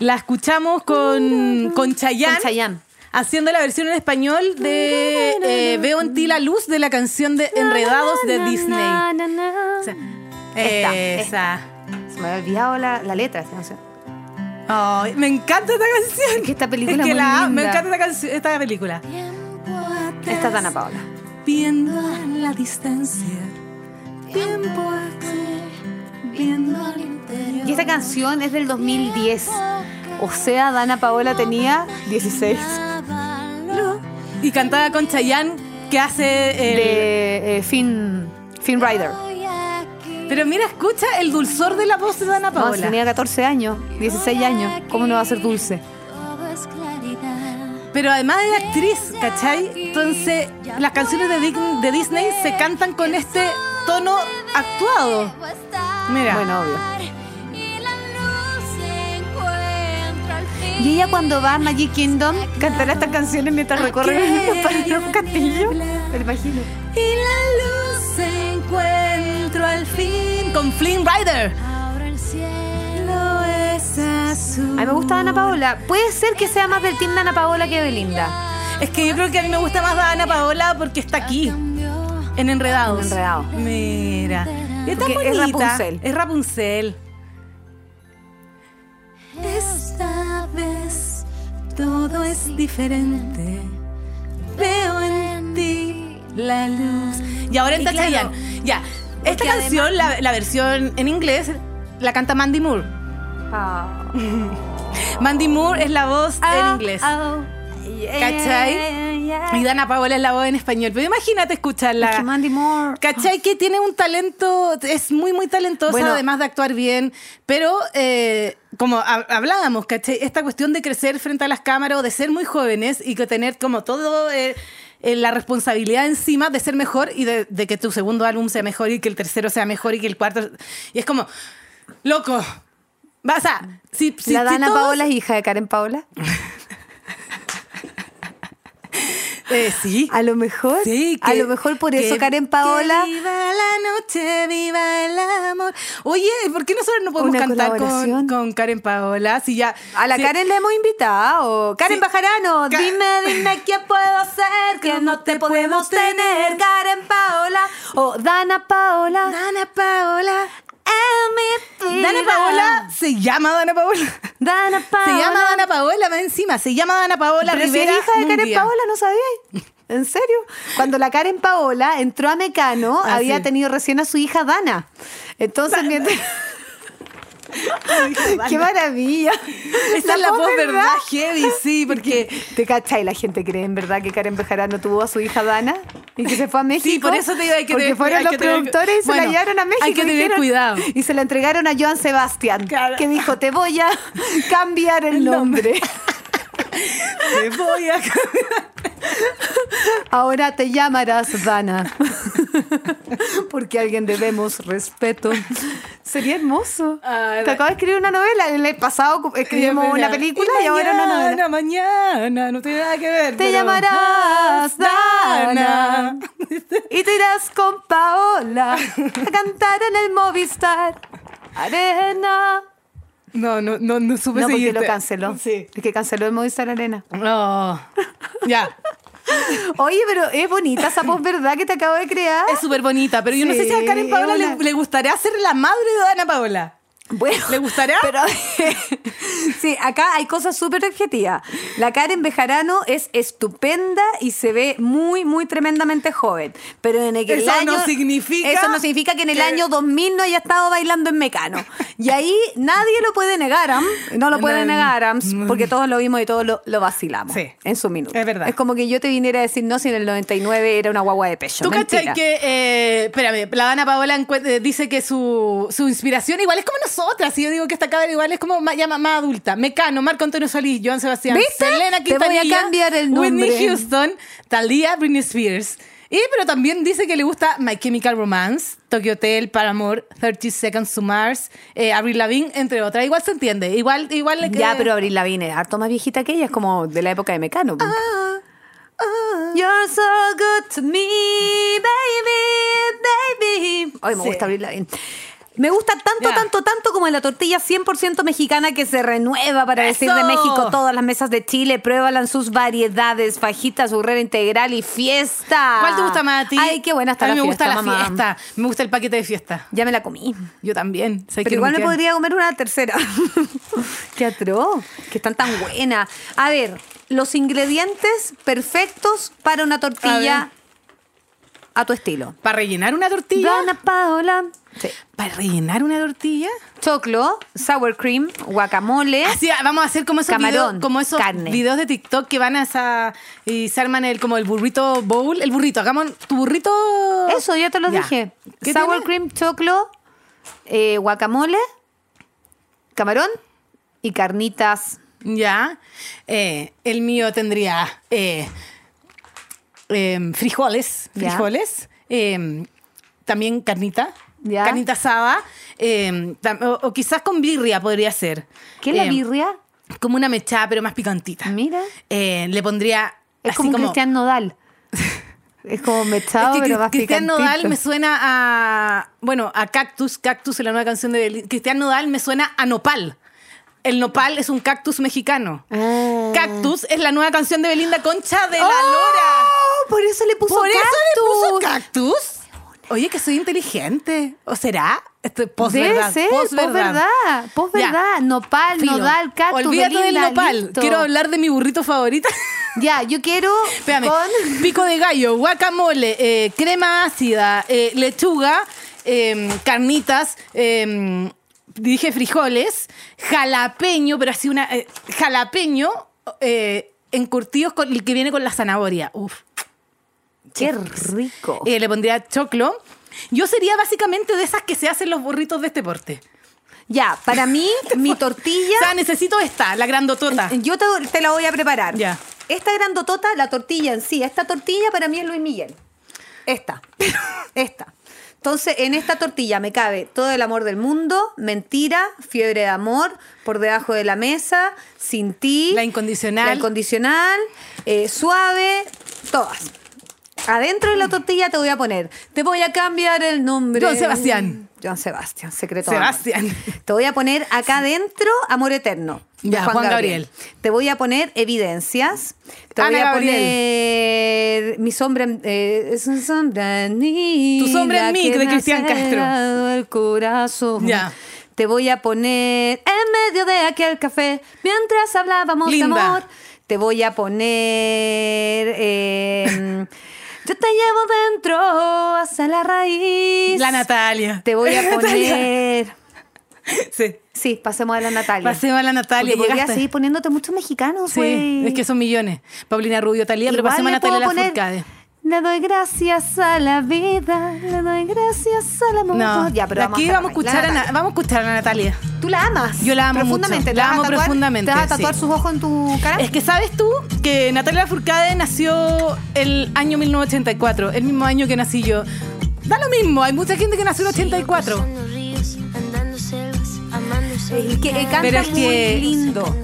[SPEAKER 3] la escuchamos con, con Chayanne.
[SPEAKER 2] Con Chayanne.
[SPEAKER 3] Haciendo la versión en español de eh, Veo en ti la luz de la canción de Enredados de Disney.
[SPEAKER 2] Na, na, na.
[SPEAKER 3] O sea,
[SPEAKER 2] Esta,
[SPEAKER 3] esa.
[SPEAKER 2] Se me había olvidado la, la letra de esta canción.
[SPEAKER 3] Ay, me encanta esta canción.
[SPEAKER 2] Es que esta película
[SPEAKER 3] que
[SPEAKER 2] es muy
[SPEAKER 3] la amo, Me
[SPEAKER 2] linda.
[SPEAKER 3] encanta esta, canción- esta película.
[SPEAKER 2] Esta es Dana Paola.
[SPEAKER 3] Viendo a la distancia. Tiempo
[SPEAKER 2] Y esta canción es del 2010. O sea, Dana Paola tenía 16.
[SPEAKER 3] Y cantada con Chayanne, que hace el-
[SPEAKER 2] De eh, Finn, Finn Rider.
[SPEAKER 3] Pero mira, escucha el dulzor de la voz de Dana
[SPEAKER 2] No,
[SPEAKER 3] Paola.
[SPEAKER 2] tenía 14 años, 16 años. ¿Cómo no va a ser dulce?
[SPEAKER 3] Pero además de actriz, ¿cachai? Entonces, las canciones de, Dig- de Disney se cantan con este tono actuado. Mira.
[SPEAKER 2] Bueno, obvio. Y ella cuando va a Magic Kingdom cantará estas canciones mientras recorre para un castillo. Me lo imagino.
[SPEAKER 3] Y la luz encuentro al fin con Flynn Rider. No es azul.
[SPEAKER 2] A mí me gusta Ana Paola. Puede ser que sea más del team de Ana Paola que de Belinda.
[SPEAKER 3] Es que yo creo que a mí me gusta más Dana Paola porque está aquí, en Enredados.
[SPEAKER 2] En Enredados.
[SPEAKER 3] Mira. Y está
[SPEAKER 2] Porque Ah, es
[SPEAKER 3] bonita.
[SPEAKER 2] Rapunzel.
[SPEAKER 3] Es Rapunzel.
[SPEAKER 5] Esta vez
[SPEAKER 3] Todo es diferente. Veo en ti la luz. Y ahora entra
[SPEAKER 2] Y claro,
[SPEAKER 3] Chayanne. Ya. Esta
[SPEAKER 2] porque
[SPEAKER 3] canción, la, la versión en inglés, la canta Mandy Moore.
[SPEAKER 2] Ah.
[SPEAKER 3] Mandy Moore es la voz en
[SPEAKER 2] Ah,
[SPEAKER 3] inglés.
[SPEAKER 2] ah, yeah,
[SPEAKER 3] ¿Cachai?
[SPEAKER 2] yeah,
[SPEAKER 3] Y
[SPEAKER 2] yeah.
[SPEAKER 3] Dana Paola es la voz en español. Pero imagínate escucharla.
[SPEAKER 2] Es que Mandy Moore.
[SPEAKER 3] ¿Cachai? Que tiene un talento, es muy, muy talentosa,
[SPEAKER 2] Bueno.
[SPEAKER 3] además de actuar bien. Pero, eh, como hab- hablábamos, ¿cachai? Esta cuestión de crecer frente a las cámaras o de ser muy jóvenes y que tener como todo eh, eh, la responsabilidad encima de ser mejor y de, de que tu segundo álbum sea mejor y que el tercero sea mejor y que el cuarto. Y es como, loco. vas a si, si-
[SPEAKER 2] La
[SPEAKER 3] si
[SPEAKER 2] Dana
[SPEAKER 3] todos-
[SPEAKER 2] Paola es hija de Karen Paola.
[SPEAKER 3] Eh, sí.
[SPEAKER 2] A lo mejor.
[SPEAKER 3] Sí,
[SPEAKER 2] a
[SPEAKER 3] que-
[SPEAKER 2] lo mejor por
[SPEAKER 3] que-
[SPEAKER 2] eso Karen Paola.
[SPEAKER 3] que viva la noche, viva el amor. Oye, ¿por qué nosotros no podemos
[SPEAKER 2] Una
[SPEAKER 3] cantar con,
[SPEAKER 2] colaboración.
[SPEAKER 3] con Karen Paola? Si ya,
[SPEAKER 2] A la
[SPEAKER 3] si-
[SPEAKER 2] Karen la hemos invitado. Karen
[SPEAKER 3] Sí.
[SPEAKER 2] Bajarano,
[SPEAKER 3] Ca-
[SPEAKER 2] dime, dime qué puedo hacer, que no te podemos tener, Karen Paola o Dana Paola.
[SPEAKER 3] Dana Paola.
[SPEAKER 2] en mi vida.
[SPEAKER 3] Dana Paola se llama Dana Paola.
[SPEAKER 2] Dana
[SPEAKER 3] Se
[SPEAKER 2] Paola.
[SPEAKER 3] llama Dana Paola, va encima. Se llama Dana Paola
[SPEAKER 2] Pero si
[SPEAKER 3] Rivera.
[SPEAKER 2] es Ah, hija de Karen
[SPEAKER 3] Munguía.
[SPEAKER 2] Paola, ¿no sabía? ¿En serio? Cuando la Karen Paola entró a Mecano,
[SPEAKER 3] Ah,
[SPEAKER 2] había
[SPEAKER 3] sí.
[SPEAKER 2] tenido recién a su hija Dana. Entonces, mientras- ¡Qué maravilla!
[SPEAKER 3] Esa es la voz, ¿verdad? Heavy, sí, porque.
[SPEAKER 2] ¿Te cachai? La gente cree en verdad que Karen Bejarano tuvo a su hija Dana y que se fue a México.
[SPEAKER 3] por eso te digo, hay que
[SPEAKER 2] Porque
[SPEAKER 3] tener-
[SPEAKER 2] fueron
[SPEAKER 3] hay
[SPEAKER 2] los
[SPEAKER 3] que tener-
[SPEAKER 2] productores y se
[SPEAKER 3] bueno,
[SPEAKER 2] la llevaron a
[SPEAKER 3] hay
[SPEAKER 2] México.
[SPEAKER 3] que tener cuidado.
[SPEAKER 2] Y se la entregaron a Joan Sebastián,
[SPEAKER 3] Claro.
[SPEAKER 2] que dijo, te voy a cambiar el,
[SPEAKER 3] El
[SPEAKER 2] nombre.
[SPEAKER 3] nombre. Me voy a.
[SPEAKER 2] Ahora te llamarás Dana. Porque a alguien debemos respeto. Sería hermoso.
[SPEAKER 3] Ah,
[SPEAKER 2] te acabo de escribir una novela. En el pasado cu- escribimos una película y, ahora una novela.
[SPEAKER 3] Mañana, mañana, no tiene nada que ver.
[SPEAKER 2] Te
[SPEAKER 3] pero-
[SPEAKER 2] llamarás Dana y te irás con Paola a cantar en el Movistar Arena.
[SPEAKER 3] No, no, no, no supe
[SPEAKER 2] No, porque
[SPEAKER 3] seguirte.
[SPEAKER 2] lo canceló.
[SPEAKER 3] Sí.
[SPEAKER 2] Es que canceló el Movistar Arena.
[SPEAKER 3] No. Ya.
[SPEAKER 2] Oye, pero es bonita esa voz, ¿verdad? Que te acabo de crear.
[SPEAKER 3] Es súper bonita, pero yo no sé si a
[SPEAKER 2] Sí,
[SPEAKER 3] Karen Paola le,
[SPEAKER 2] hola.
[SPEAKER 3] le gustará ser la madre de Dana Paola.
[SPEAKER 2] Bueno,
[SPEAKER 3] ¿Le gustará?
[SPEAKER 2] Pero sí, acá hay cosas súper objetivas. La Karen Bejarano es estupenda y se ve muy, muy tremendamente joven. Pero en el
[SPEAKER 3] Eso no
[SPEAKER 2] año.
[SPEAKER 3] significa
[SPEAKER 2] Eso no significa que en el
[SPEAKER 3] que-
[SPEAKER 2] año 2000 no haya estado bailando en Mecano. Y ahí nadie lo puede negar, Am. No lo puede
[SPEAKER 3] No,
[SPEAKER 2] negar, Am,
[SPEAKER 3] no.
[SPEAKER 2] porque todos lo vimos y todos lo, lo vacilamos.
[SPEAKER 3] Mm. Sí.
[SPEAKER 2] En su minuto.
[SPEAKER 3] Es verdad.
[SPEAKER 2] Es como que yo te viniera a decir no si en el 99 era una guagua de pecho.
[SPEAKER 3] ¿Tú cachai
[SPEAKER 2] Mentira.
[SPEAKER 3] que, eh, espérame, la Dana Paola encue- eh, dice que su, su inspiración igual es como nosotras, y yo digo que esta cabra igual es como más, ya más- más adulta. Mecano, Marco Antonio Solís, Joan Sebastián,
[SPEAKER 2] ¿Viste?
[SPEAKER 3] Selena
[SPEAKER 2] Te voy a
[SPEAKER 3] Quintanilla,
[SPEAKER 2] cambiar el
[SPEAKER 3] Whitney
[SPEAKER 2] nombre.
[SPEAKER 3] Houston, Thalía, Britney Spears. Y pero también dice que le gusta My Chemical Romance, Tokyo Hotel, Paramore, 30 Seconds to Mars, eh, Avril Lavigne, entre otras. Igual se entiende. Igual, igual le
[SPEAKER 2] Ya, pero Abril Lavigne es harto más viejita que ella, es como de la época de Mecano. pues. Ah, You're so good to me, baby, baby. Hoy me
[SPEAKER 3] Sí.
[SPEAKER 2] gusta Abril Lavigne. Me gusta tanto,
[SPEAKER 3] Ya.
[SPEAKER 2] tanto, tanto como la tortilla 100% mexicana que se renueva para decir de
[SPEAKER 3] ¡Eso!
[SPEAKER 2] México todas las mesas de Chile. Pruébalan sus variedades, fajitas, burrera integral y fiesta.
[SPEAKER 3] ¿Cuál te gusta más a ti?
[SPEAKER 2] Ay, qué buena está
[SPEAKER 3] a mí
[SPEAKER 2] la
[SPEAKER 3] me
[SPEAKER 2] fiesta,
[SPEAKER 3] gusta la
[SPEAKER 2] mamá.
[SPEAKER 3] fiesta. Me gusta el paquete de fiesta.
[SPEAKER 2] Ya me la comí.
[SPEAKER 3] Yo también. Sabes que
[SPEAKER 2] Pero
[SPEAKER 3] no
[SPEAKER 2] igual me
[SPEAKER 3] quedan.
[SPEAKER 2] podría comer una tercera. Qué atroz, que están tan buenas. A ver, los ingredientes perfectos para una
[SPEAKER 3] A
[SPEAKER 2] tortilla a, tu estilo.
[SPEAKER 3] Para rellenar una tortilla.
[SPEAKER 2] Dana Paola. Sí.
[SPEAKER 3] Para rellenar una tortilla.
[SPEAKER 2] Ah. Choclo, sour cream, guacamole.
[SPEAKER 3] Así ah, vamos a hacer como esos,
[SPEAKER 2] Camarón,
[SPEAKER 3] videos, como esos
[SPEAKER 2] carne.
[SPEAKER 3] videos de TikTok que van a esa y se arman el como el burrito bowl, el burrito, hagamos tu burrito.
[SPEAKER 2] Eso, ya te lo dije.
[SPEAKER 3] ¿Qué
[SPEAKER 2] Sour
[SPEAKER 3] tiene?
[SPEAKER 2] cream, choclo, eh, guacamole, camarón y carnitas.
[SPEAKER 3] Ya. Eh, el mío tendría eh, em, frijoles,
[SPEAKER 2] Ya.
[SPEAKER 3] frijoles, em, también carnita,
[SPEAKER 2] Ya.
[SPEAKER 3] carnita asada, em, tam- o, o quizás con birria podría ser.
[SPEAKER 2] ¿Qué es la
[SPEAKER 3] Em,
[SPEAKER 2] birria?
[SPEAKER 3] Como una mechada, pero más picantita.
[SPEAKER 2] Eh, Mira.
[SPEAKER 3] Eh, le pondría.
[SPEAKER 2] Es
[SPEAKER 3] así
[SPEAKER 2] como, un Cristian Nodal. Es como mechado,
[SPEAKER 3] Es que
[SPEAKER 2] pero
[SPEAKER 3] Cris-
[SPEAKER 2] más
[SPEAKER 3] Cristian
[SPEAKER 2] picantito.
[SPEAKER 3] Nodal me suena a. Bueno, a Cactus. Cactus es la nueva canción de Belinda. Cristian Nodal me suena a Nopal. El Nopal es un cactus mexicano.
[SPEAKER 2] Ah.
[SPEAKER 3] Cactus es la nueva canción de Belinda Concha de la Lora.
[SPEAKER 2] ¡Oh! Por eso le puso
[SPEAKER 3] ¡Oh! Por eso le puso
[SPEAKER 2] cactus.
[SPEAKER 3] cactus. Oye, que soy inteligente. ¿O será? Esto es post
[SPEAKER 2] Debe
[SPEAKER 3] verdad.
[SPEAKER 2] ser, pos ¿Eh? verdad, pos verdad, nopal, nodal, cactus,
[SPEAKER 3] Olvídate
[SPEAKER 2] Belinda,
[SPEAKER 3] del nopal.
[SPEAKER 2] listo.
[SPEAKER 3] Quiero hablar de mi burrito favorito.
[SPEAKER 2] Ya, yo quiero
[SPEAKER 3] Espérame.
[SPEAKER 2] con
[SPEAKER 3] Pico de gallo, guacamole, eh, crema ácida, eh, lechuga, em, carnitas, em, dije frijoles, jalapeño, pero así una. eh, jalapeño eh, encurtidos con el que viene con la zanahoria. Uf.
[SPEAKER 2] qué rico.
[SPEAKER 3] Eh, le pondría choclo. Yo sería básicamente de esas que se hacen los burritos de este porte.
[SPEAKER 2] Ya, para mí mi tortilla
[SPEAKER 3] O sea, necesito esta, la grandotota.
[SPEAKER 2] yo te, te la voy a preparar.
[SPEAKER 3] Ah. Ya.
[SPEAKER 2] Esta grandotota, la tortilla en sí, esta tortilla para mí es Luis Miguel. Esta. esta. Entonces, en esta tortilla me cabe todo el amor del mundo, mentira, fiebre de amor, por debajo de la mesa, sin ti.
[SPEAKER 3] La incondicional.
[SPEAKER 2] La incondicional, eh, suave, todas. Adentro de la tortilla te voy a poner, te voy a cambiar el nombre.
[SPEAKER 3] Joan Sebastián.
[SPEAKER 2] John Sebastián, secreto. de amor.
[SPEAKER 3] Sebastián.
[SPEAKER 2] Te voy a poner acá adentro Amor Eterno. de
[SPEAKER 3] Ya, Juan Gabriel.
[SPEAKER 2] Te voy a poner evidencias. Te
[SPEAKER 3] Ana
[SPEAKER 2] voy a
[SPEAKER 3] Gabriel.
[SPEAKER 2] poner mi sombra en- eh, es un sombra en mí.
[SPEAKER 3] Tu sombra en
[SPEAKER 2] la
[SPEAKER 3] mí,
[SPEAKER 2] que
[SPEAKER 3] de
[SPEAKER 2] me ha
[SPEAKER 3] Cristian Castro.
[SPEAKER 2] helado El corazón.
[SPEAKER 3] Ya.
[SPEAKER 2] Te voy a poner en medio de aquel café mientras hablábamos de
[SPEAKER 3] Linda.
[SPEAKER 2] amor. Te voy a poner eh, Yo te llevo dentro hasta la raíz.
[SPEAKER 3] La Natalia.
[SPEAKER 2] Te voy a
[SPEAKER 3] Natalia.
[SPEAKER 2] poner
[SPEAKER 3] Sí.
[SPEAKER 2] Sí, pasemos a la Natalia.
[SPEAKER 3] Pasemos a la Natalia.
[SPEAKER 2] Porque podría
[SPEAKER 3] llegaste.
[SPEAKER 2] seguir poniéndote muchos mexicanos,
[SPEAKER 3] Sí,
[SPEAKER 2] güey.
[SPEAKER 3] es que son millones. Paulina Rubio, Talía, pero
[SPEAKER 2] Igual
[SPEAKER 3] pasemos a
[SPEAKER 2] le puedo
[SPEAKER 3] Natalia
[SPEAKER 2] poner,
[SPEAKER 3] Lafourcade.
[SPEAKER 2] Le doy gracias a la vida, le doy gracias al amor.
[SPEAKER 3] No,
[SPEAKER 2] ya, pero
[SPEAKER 3] de aquí vamos a, escuchar a,
[SPEAKER 2] la
[SPEAKER 3] Na-
[SPEAKER 2] Natalia.
[SPEAKER 3] vamos a escuchar a la Natalia.
[SPEAKER 2] Tú la amas.
[SPEAKER 3] Yo la amo
[SPEAKER 2] profundamente.
[SPEAKER 3] mucho.
[SPEAKER 2] ¿Te
[SPEAKER 3] La
[SPEAKER 2] vas a
[SPEAKER 3] amo
[SPEAKER 2] tatuar-
[SPEAKER 3] profundamente,
[SPEAKER 2] ¿Te vas a tatuar
[SPEAKER 3] sí.
[SPEAKER 2] sus ojos en tu cara?
[SPEAKER 3] Es que sabes tú que Natalia Lafourcade nació el año 1984, el mismo año que nací yo. Da lo mismo, hay mucha gente que nació en 84.
[SPEAKER 2] El Eh, que- el canta
[SPEAKER 5] Pero es
[SPEAKER 2] muy
[SPEAKER 5] que
[SPEAKER 2] lindo.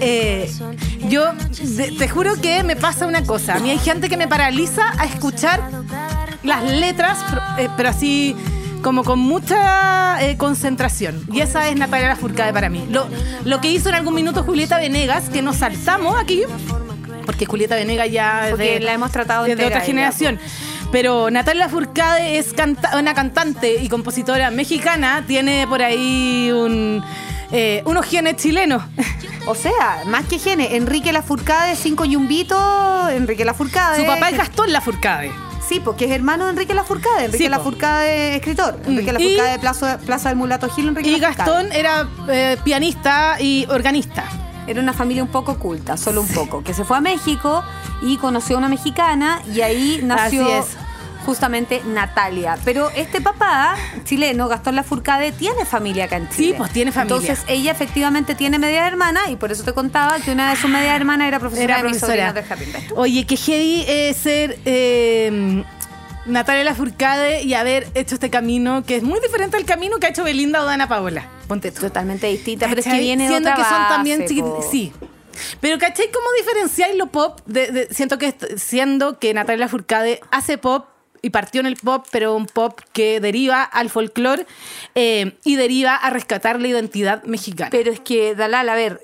[SPEAKER 5] Eh,
[SPEAKER 3] yo de- te juro que me pasa una cosa. A mí hay gente que me paraliza a escuchar las letras, pero, eh, pero así como con mucha eh, concentración. Y esa es Natalia Lafourcade para mí. Lo, lo que hizo en algún minuto Julieta Venegas, que nos saltamos aquí, porque Julieta Venegas ya es
[SPEAKER 2] Porque
[SPEAKER 3] de-
[SPEAKER 2] la hemos tratado
[SPEAKER 3] es de
[SPEAKER 2] entera
[SPEAKER 3] otra
[SPEAKER 2] ella.
[SPEAKER 3] generación. Pero Natalia Furcade es canta- una cantante y compositora mexicana, tiene por ahí un, eh, unos genes chilenos.
[SPEAKER 2] O sea, más que genes. Enrique Lafourcade, cinco yumbitos. Enrique Lafourcade.
[SPEAKER 3] Su papá es Gastón Lafourcade.
[SPEAKER 2] Sí, porque es hermano de Enrique Lafourcade. Enrique
[SPEAKER 3] Sí, po.
[SPEAKER 2] Lafourcade, escritor. Enrique
[SPEAKER 3] Mm,
[SPEAKER 2] Lafourcade,
[SPEAKER 3] y-
[SPEAKER 2] de Plaza, Plaza del Mulato Gil. Enrique
[SPEAKER 3] Y
[SPEAKER 2] Lafourcade.
[SPEAKER 3] Gastón era eh, pianista y organista.
[SPEAKER 2] Era una familia un poco culta, solo un poco, que se fue a México y conoció a una mexicana y ahí nació
[SPEAKER 3] Así es.
[SPEAKER 2] justamente Natalia. Pero este papá chileno, Gastón Lafourcade, tiene familia acá en Chile.
[SPEAKER 3] Sí, pues, tiene familia.
[SPEAKER 2] Entonces ella efectivamente tiene media hermana y por eso te contaba que una de sus media hermanas era profesora
[SPEAKER 3] Era
[SPEAKER 2] de mis
[SPEAKER 3] profesora.
[SPEAKER 2] sobrinos de Happy Fest.
[SPEAKER 3] Oye, qué heavy eh, ser eh, Natalia Lafourcade y haber hecho este camino que es muy diferente al camino que ha hecho Belinda o Dana Paola. Ponte tú.
[SPEAKER 2] Totalmente distinta, pero es que
[SPEAKER 3] ¿Cachai?
[SPEAKER 2] viene de
[SPEAKER 3] Siendo
[SPEAKER 2] otra
[SPEAKER 3] que son también
[SPEAKER 2] base,
[SPEAKER 3] chiquit-
[SPEAKER 2] po.
[SPEAKER 3] Sí. Pero ¿cachai cómo diferenciáis lo pop? de- de- siento que est- siendo que Natalia Furcade hace pop y partió en el pop, pero un pop que deriva al folclore eh, y deriva a rescatar la identidad mexicana.
[SPEAKER 2] Pero es que, Dalal, a ver,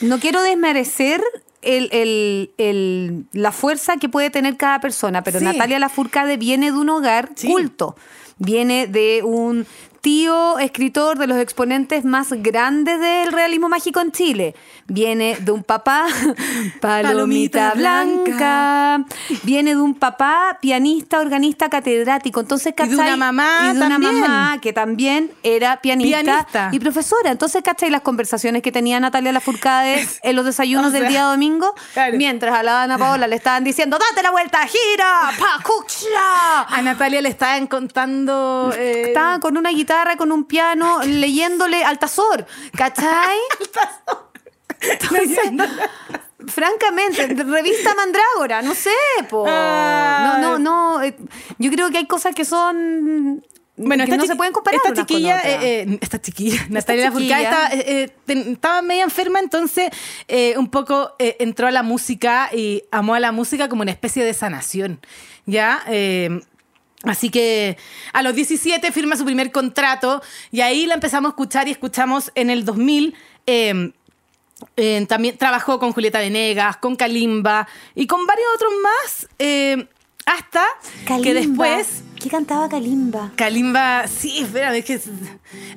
[SPEAKER 2] no quiero desmerecer el- el- el- la fuerza que puede tener cada persona, pero
[SPEAKER 3] Sí.
[SPEAKER 2] Natalia Lafourcade viene de un hogar
[SPEAKER 3] Sí.
[SPEAKER 2] culto, viene de un tío escritor de los exponentes más grandes del realismo mágico en Chile, viene de un papá palomita
[SPEAKER 3] Palomita blanca.
[SPEAKER 2] blanca, viene de un papá pianista, organista, catedrático, entonces
[SPEAKER 3] Y de una
[SPEAKER 2] ¿cachai?
[SPEAKER 3] mamá
[SPEAKER 2] y de una
[SPEAKER 3] también.
[SPEAKER 2] mamá que también era pianista,
[SPEAKER 3] Pianista.
[SPEAKER 2] y profesora. Entonces, ¿cachai? Las conversaciones que tenía Natalia Lafourcade en los desayunos
[SPEAKER 3] o sea,
[SPEAKER 2] del día domingo,
[SPEAKER 3] claro.
[SPEAKER 2] mientras a la Ana Paola le estaban diciendo, date la vuelta, gira, pa, cucha.
[SPEAKER 3] a Natalia le estaban contando... eh,
[SPEAKER 2] Estaba con una guitarra, con un piano, leyéndole Altazor, ¿cachai? Entonces, francamente, revista Mandrágora, no sé, po.
[SPEAKER 3] Ah.
[SPEAKER 2] No, no, no. eh, Yo creo que hay cosas que son...
[SPEAKER 3] Bueno,
[SPEAKER 2] que
[SPEAKER 3] esta
[SPEAKER 2] no se
[SPEAKER 3] chi-
[SPEAKER 2] pueden comparar.
[SPEAKER 3] Esta
[SPEAKER 2] unas con
[SPEAKER 3] chiquilla,
[SPEAKER 2] otras.
[SPEAKER 3] eh, eh, esta chiquilla, Natalia Lafourcade,
[SPEAKER 2] chiquilla.
[SPEAKER 3] estaba, eh, eh, ten- estaba media enferma, entonces eh, un poco eh, entró a la música y amó a la música como una especie de sanación, ¿ya? Eh, Así que a los 17 firma su primer contrato y ahí la empezamos a escuchar y escuchamos en el 2000 eh, eh, también trabajó con Julieta Venegas, con Kalimba y con varios otros más, eh, hasta que después...
[SPEAKER 2] ¿Qué cantaba Kalimba?
[SPEAKER 3] Kalimba, sí, espérame, es que...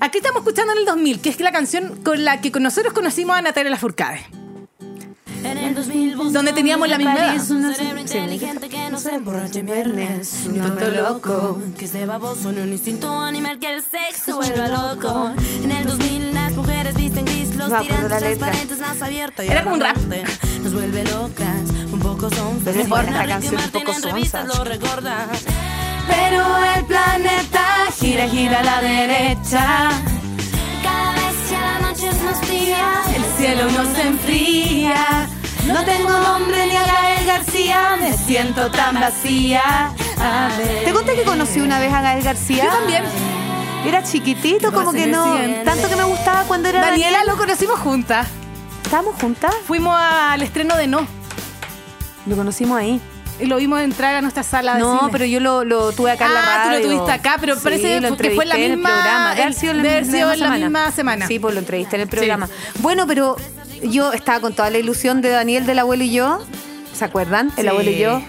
[SPEAKER 3] Aquí estamos escuchando en el 2000, que es la canción con la que con- nosotros conocimos a Natalia Lafourcade.
[SPEAKER 5] En el 2000
[SPEAKER 3] Donde teníamos la misma edad.
[SPEAKER 5] Un cerebro inteligente que no se emborracha en viernes. Un tonto loco. Que se baboso en un instinto animal que el sexo vuelva loco. En el 2000 las mujeres visten gris. Los
[SPEAKER 2] No, pero la
[SPEAKER 5] tirantes
[SPEAKER 2] letra.
[SPEAKER 5] transparentes más abiertos. y
[SPEAKER 3] Era como un rap.
[SPEAKER 5] adelante. Nos vuelve locas. Un poco son.
[SPEAKER 2] Pero es buena esta canción, un poco sonsa.
[SPEAKER 5] Lo recordas.
[SPEAKER 3] Pero el planeta gira, gira a la derecha,
[SPEAKER 5] Cada vez que la noche es más fría.
[SPEAKER 3] el cielo no se enfría. No tengo nombre ni a Gael García, me siento tan vacía. A ver.
[SPEAKER 2] ¿Te conté que conocí una vez a Gael García?
[SPEAKER 3] Yo también.
[SPEAKER 2] Era chiquitito, como que no.
[SPEAKER 3] Recién.
[SPEAKER 2] Tanto que me gustaba cuando era.
[SPEAKER 3] Daniela lo conocimos juntas.
[SPEAKER 2] ¿Estábamos juntas?
[SPEAKER 3] Fuimos al estreno de No
[SPEAKER 2] Lo conocimos ahí.
[SPEAKER 3] y lo vimos entrar a nuestra sala de
[SPEAKER 2] No,
[SPEAKER 3] cine.
[SPEAKER 2] pero yo lo, lo tuve acá en la
[SPEAKER 3] Ah, tú lo
[SPEAKER 2] radio.
[SPEAKER 3] tuviste acá, pero parece
[SPEAKER 2] lo
[SPEAKER 3] que fue en la
[SPEAKER 2] entrevisté en el
[SPEAKER 3] misma-
[SPEAKER 2] programa. De haber sido en la,
[SPEAKER 3] de haber
[SPEAKER 2] misma
[SPEAKER 3] sido en la misma semana.
[SPEAKER 2] Sí, pues lo entrevisté en el programa. Bueno, pero yo estaba con toda la ilusión de Daniel, del abuelo y yo. ¿Se acuerdan? El
[SPEAKER 3] Sí.
[SPEAKER 2] abuelo y yo.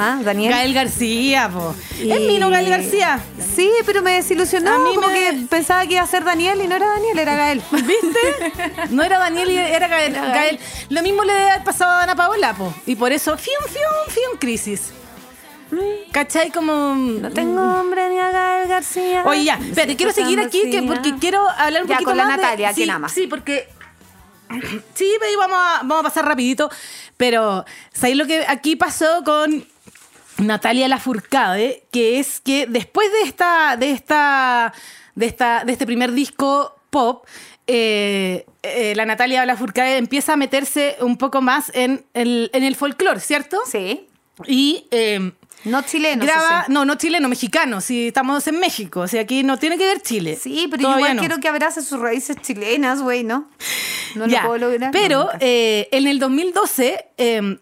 [SPEAKER 2] Ah, Daniel.
[SPEAKER 3] Gael García, po.
[SPEAKER 2] Y-
[SPEAKER 3] Es Mino Gael García.
[SPEAKER 2] Sí, pero me desilusionó.
[SPEAKER 3] A mí
[SPEAKER 2] como
[SPEAKER 3] me-
[SPEAKER 2] que pensaba que iba a ser Daniel y no era Daniel, era Gael.
[SPEAKER 3] ¿Viste? No era Daniel y era Gael. Gael. Lo mismo le debe haber pasado a Ana Paola, po. Y por eso, fium, fium, fium, crisis. ¿Cachai? Como...
[SPEAKER 2] No tengo hombre ni a Gael García.
[SPEAKER 3] Oye, ya, espérate, quiero seguir aquí que- porque quiero hablar un
[SPEAKER 2] Ya,
[SPEAKER 3] poquito
[SPEAKER 2] con la
[SPEAKER 3] más de-
[SPEAKER 2] Natalia,
[SPEAKER 3] sí,
[SPEAKER 2] ¿quién ama?
[SPEAKER 3] Sí, porque... Sí, pero ahí vamos a, vamos a pasar rapidito. Pero, ¿sabéis lo que aquí pasó con Natalia Lafourcade? Que es que después de esta, de esta, de esta, de este primer disco pop, eh, eh, la Natalia Lafourcade empieza a meterse un poco más en el, en el folclore, ¿cierto?
[SPEAKER 2] Sí.
[SPEAKER 3] Y eh,
[SPEAKER 2] No chileno.
[SPEAKER 3] graba,
[SPEAKER 2] eso
[SPEAKER 3] no, no chileno, mexicano, si estamos en México, o sea, aquí no tiene que ver Chile.
[SPEAKER 2] sí. Sí, pero yo
[SPEAKER 3] Todavía
[SPEAKER 2] igual
[SPEAKER 3] no.
[SPEAKER 2] quiero que abrace sus raíces chilenas, güey, ¿no? No
[SPEAKER 3] Ya,
[SPEAKER 2] lo puedo lograr.
[SPEAKER 3] Pero
[SPEAKER 2] nunca.
[SPEAKER 3] eh, en el 2012 eh,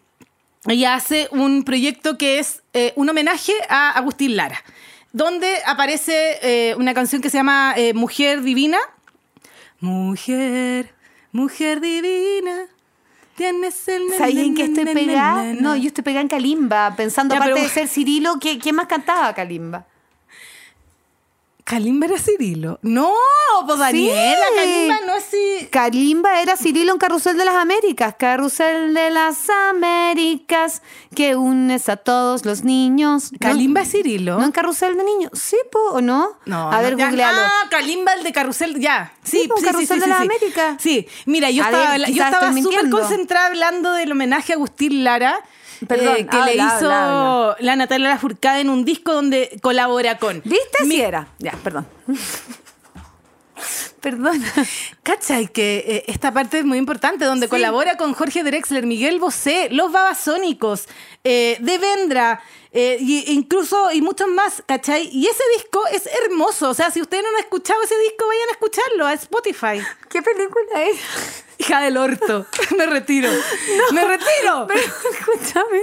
[SPEAKER 3] ella hace un proyecto que es eh, un homenaje a Agustín Lara, donde aparece eh, una canción que se llama eh, Mujer Divina. Mujer, mujer divina. Tienes el
[SPEAKER 2] ¿Sabéis en qué estoy
[SPEAKER 3] na, na, na,
[SPEAKER 2] pegada?
[SPEAKER 3] na, na.
[SPEAKER 2] No, yo estoy pegada en Kalimba, pensando
[SPEAKER 3] Ya,
[SPEAKER 2] aparte
[SPEAKER 3] pero-
[SPEAKER 2] de ser Cirilo, ¿qué- ¿quién más cantaba Kalimba?
[SPEAKER 3] Kalimba era Cirilo. No, pues Daniela, Kalimba no es Ci-
[SPEAKER 2] Kalimba era Cirilo en Carrusel de las Américas, Carrusel de las Américas, que unes a todos los niños. ¿No?
[SPEAKER 3] Kalimba es Cirilo.
[SPEAKER 2] ¿No en Carrusel de Niños? Sí, po, ¿o no?
[SPEAKER 3] No,
[SPEAKER 2] A ver,
[SPEAKER 3] no, ya-
[SPEAKER 2] googlealo.
[SPEAKER 3] Ah, Kalimba, el de Carrusel, ya. Sí,
[SPEAKER 2] Sí, pues, Carrusel de las
[SPEAKER 3] sí.
[SPEAKER 2] Américas.
[SPEAKER 3] Sí, mira, yo
[SPEAKER 2] A
[SPEAKER 3] estaba,
[SPEAKER 2] ver,
[SPEAKER 3] yo
[SPEAKER 2] quizás
[SPEAKER 3] estaba
[SPEAKER 2] estoy
[SPEAKER 3] súper
[SPEAKER 2] mintiendo.
[SPEAKER 3] concentrada hablando del homenaje a Agustín Lara
[SPEAKER 2] Perdón, ah,
[SPEAKER 3] eh, que
[SPEAKER 2] habla,
[SPEAKER 3] le hizo
[SPEAKER 2] habla, habla.
[SPEAKER 3] la Natalia Lafourcade en un disco donde colabora con.
[SPEAKER 2] ¿Viste? Sí era. Ya, perdón. perdón.
[SPEAKER 3] ¿Cachai? Que eh, esta parte es muy importante, donde colabora con Jorge Drexler, Miguel Bosé, Los Babasónicos, eh, Devendra, eh, y- e incluso, y muchos más, ¿cachai? Y ese disco es hermoso. O sea, si ustedes no han escuchado ese disco, vayan a escucharlo a Spotify.
[SPEAKER 2] ¿Qué película es?
[SPEAKER 3] Hija del orto. Me retiro. Me retiro.
[SPEAKER 2] Pero escúchame,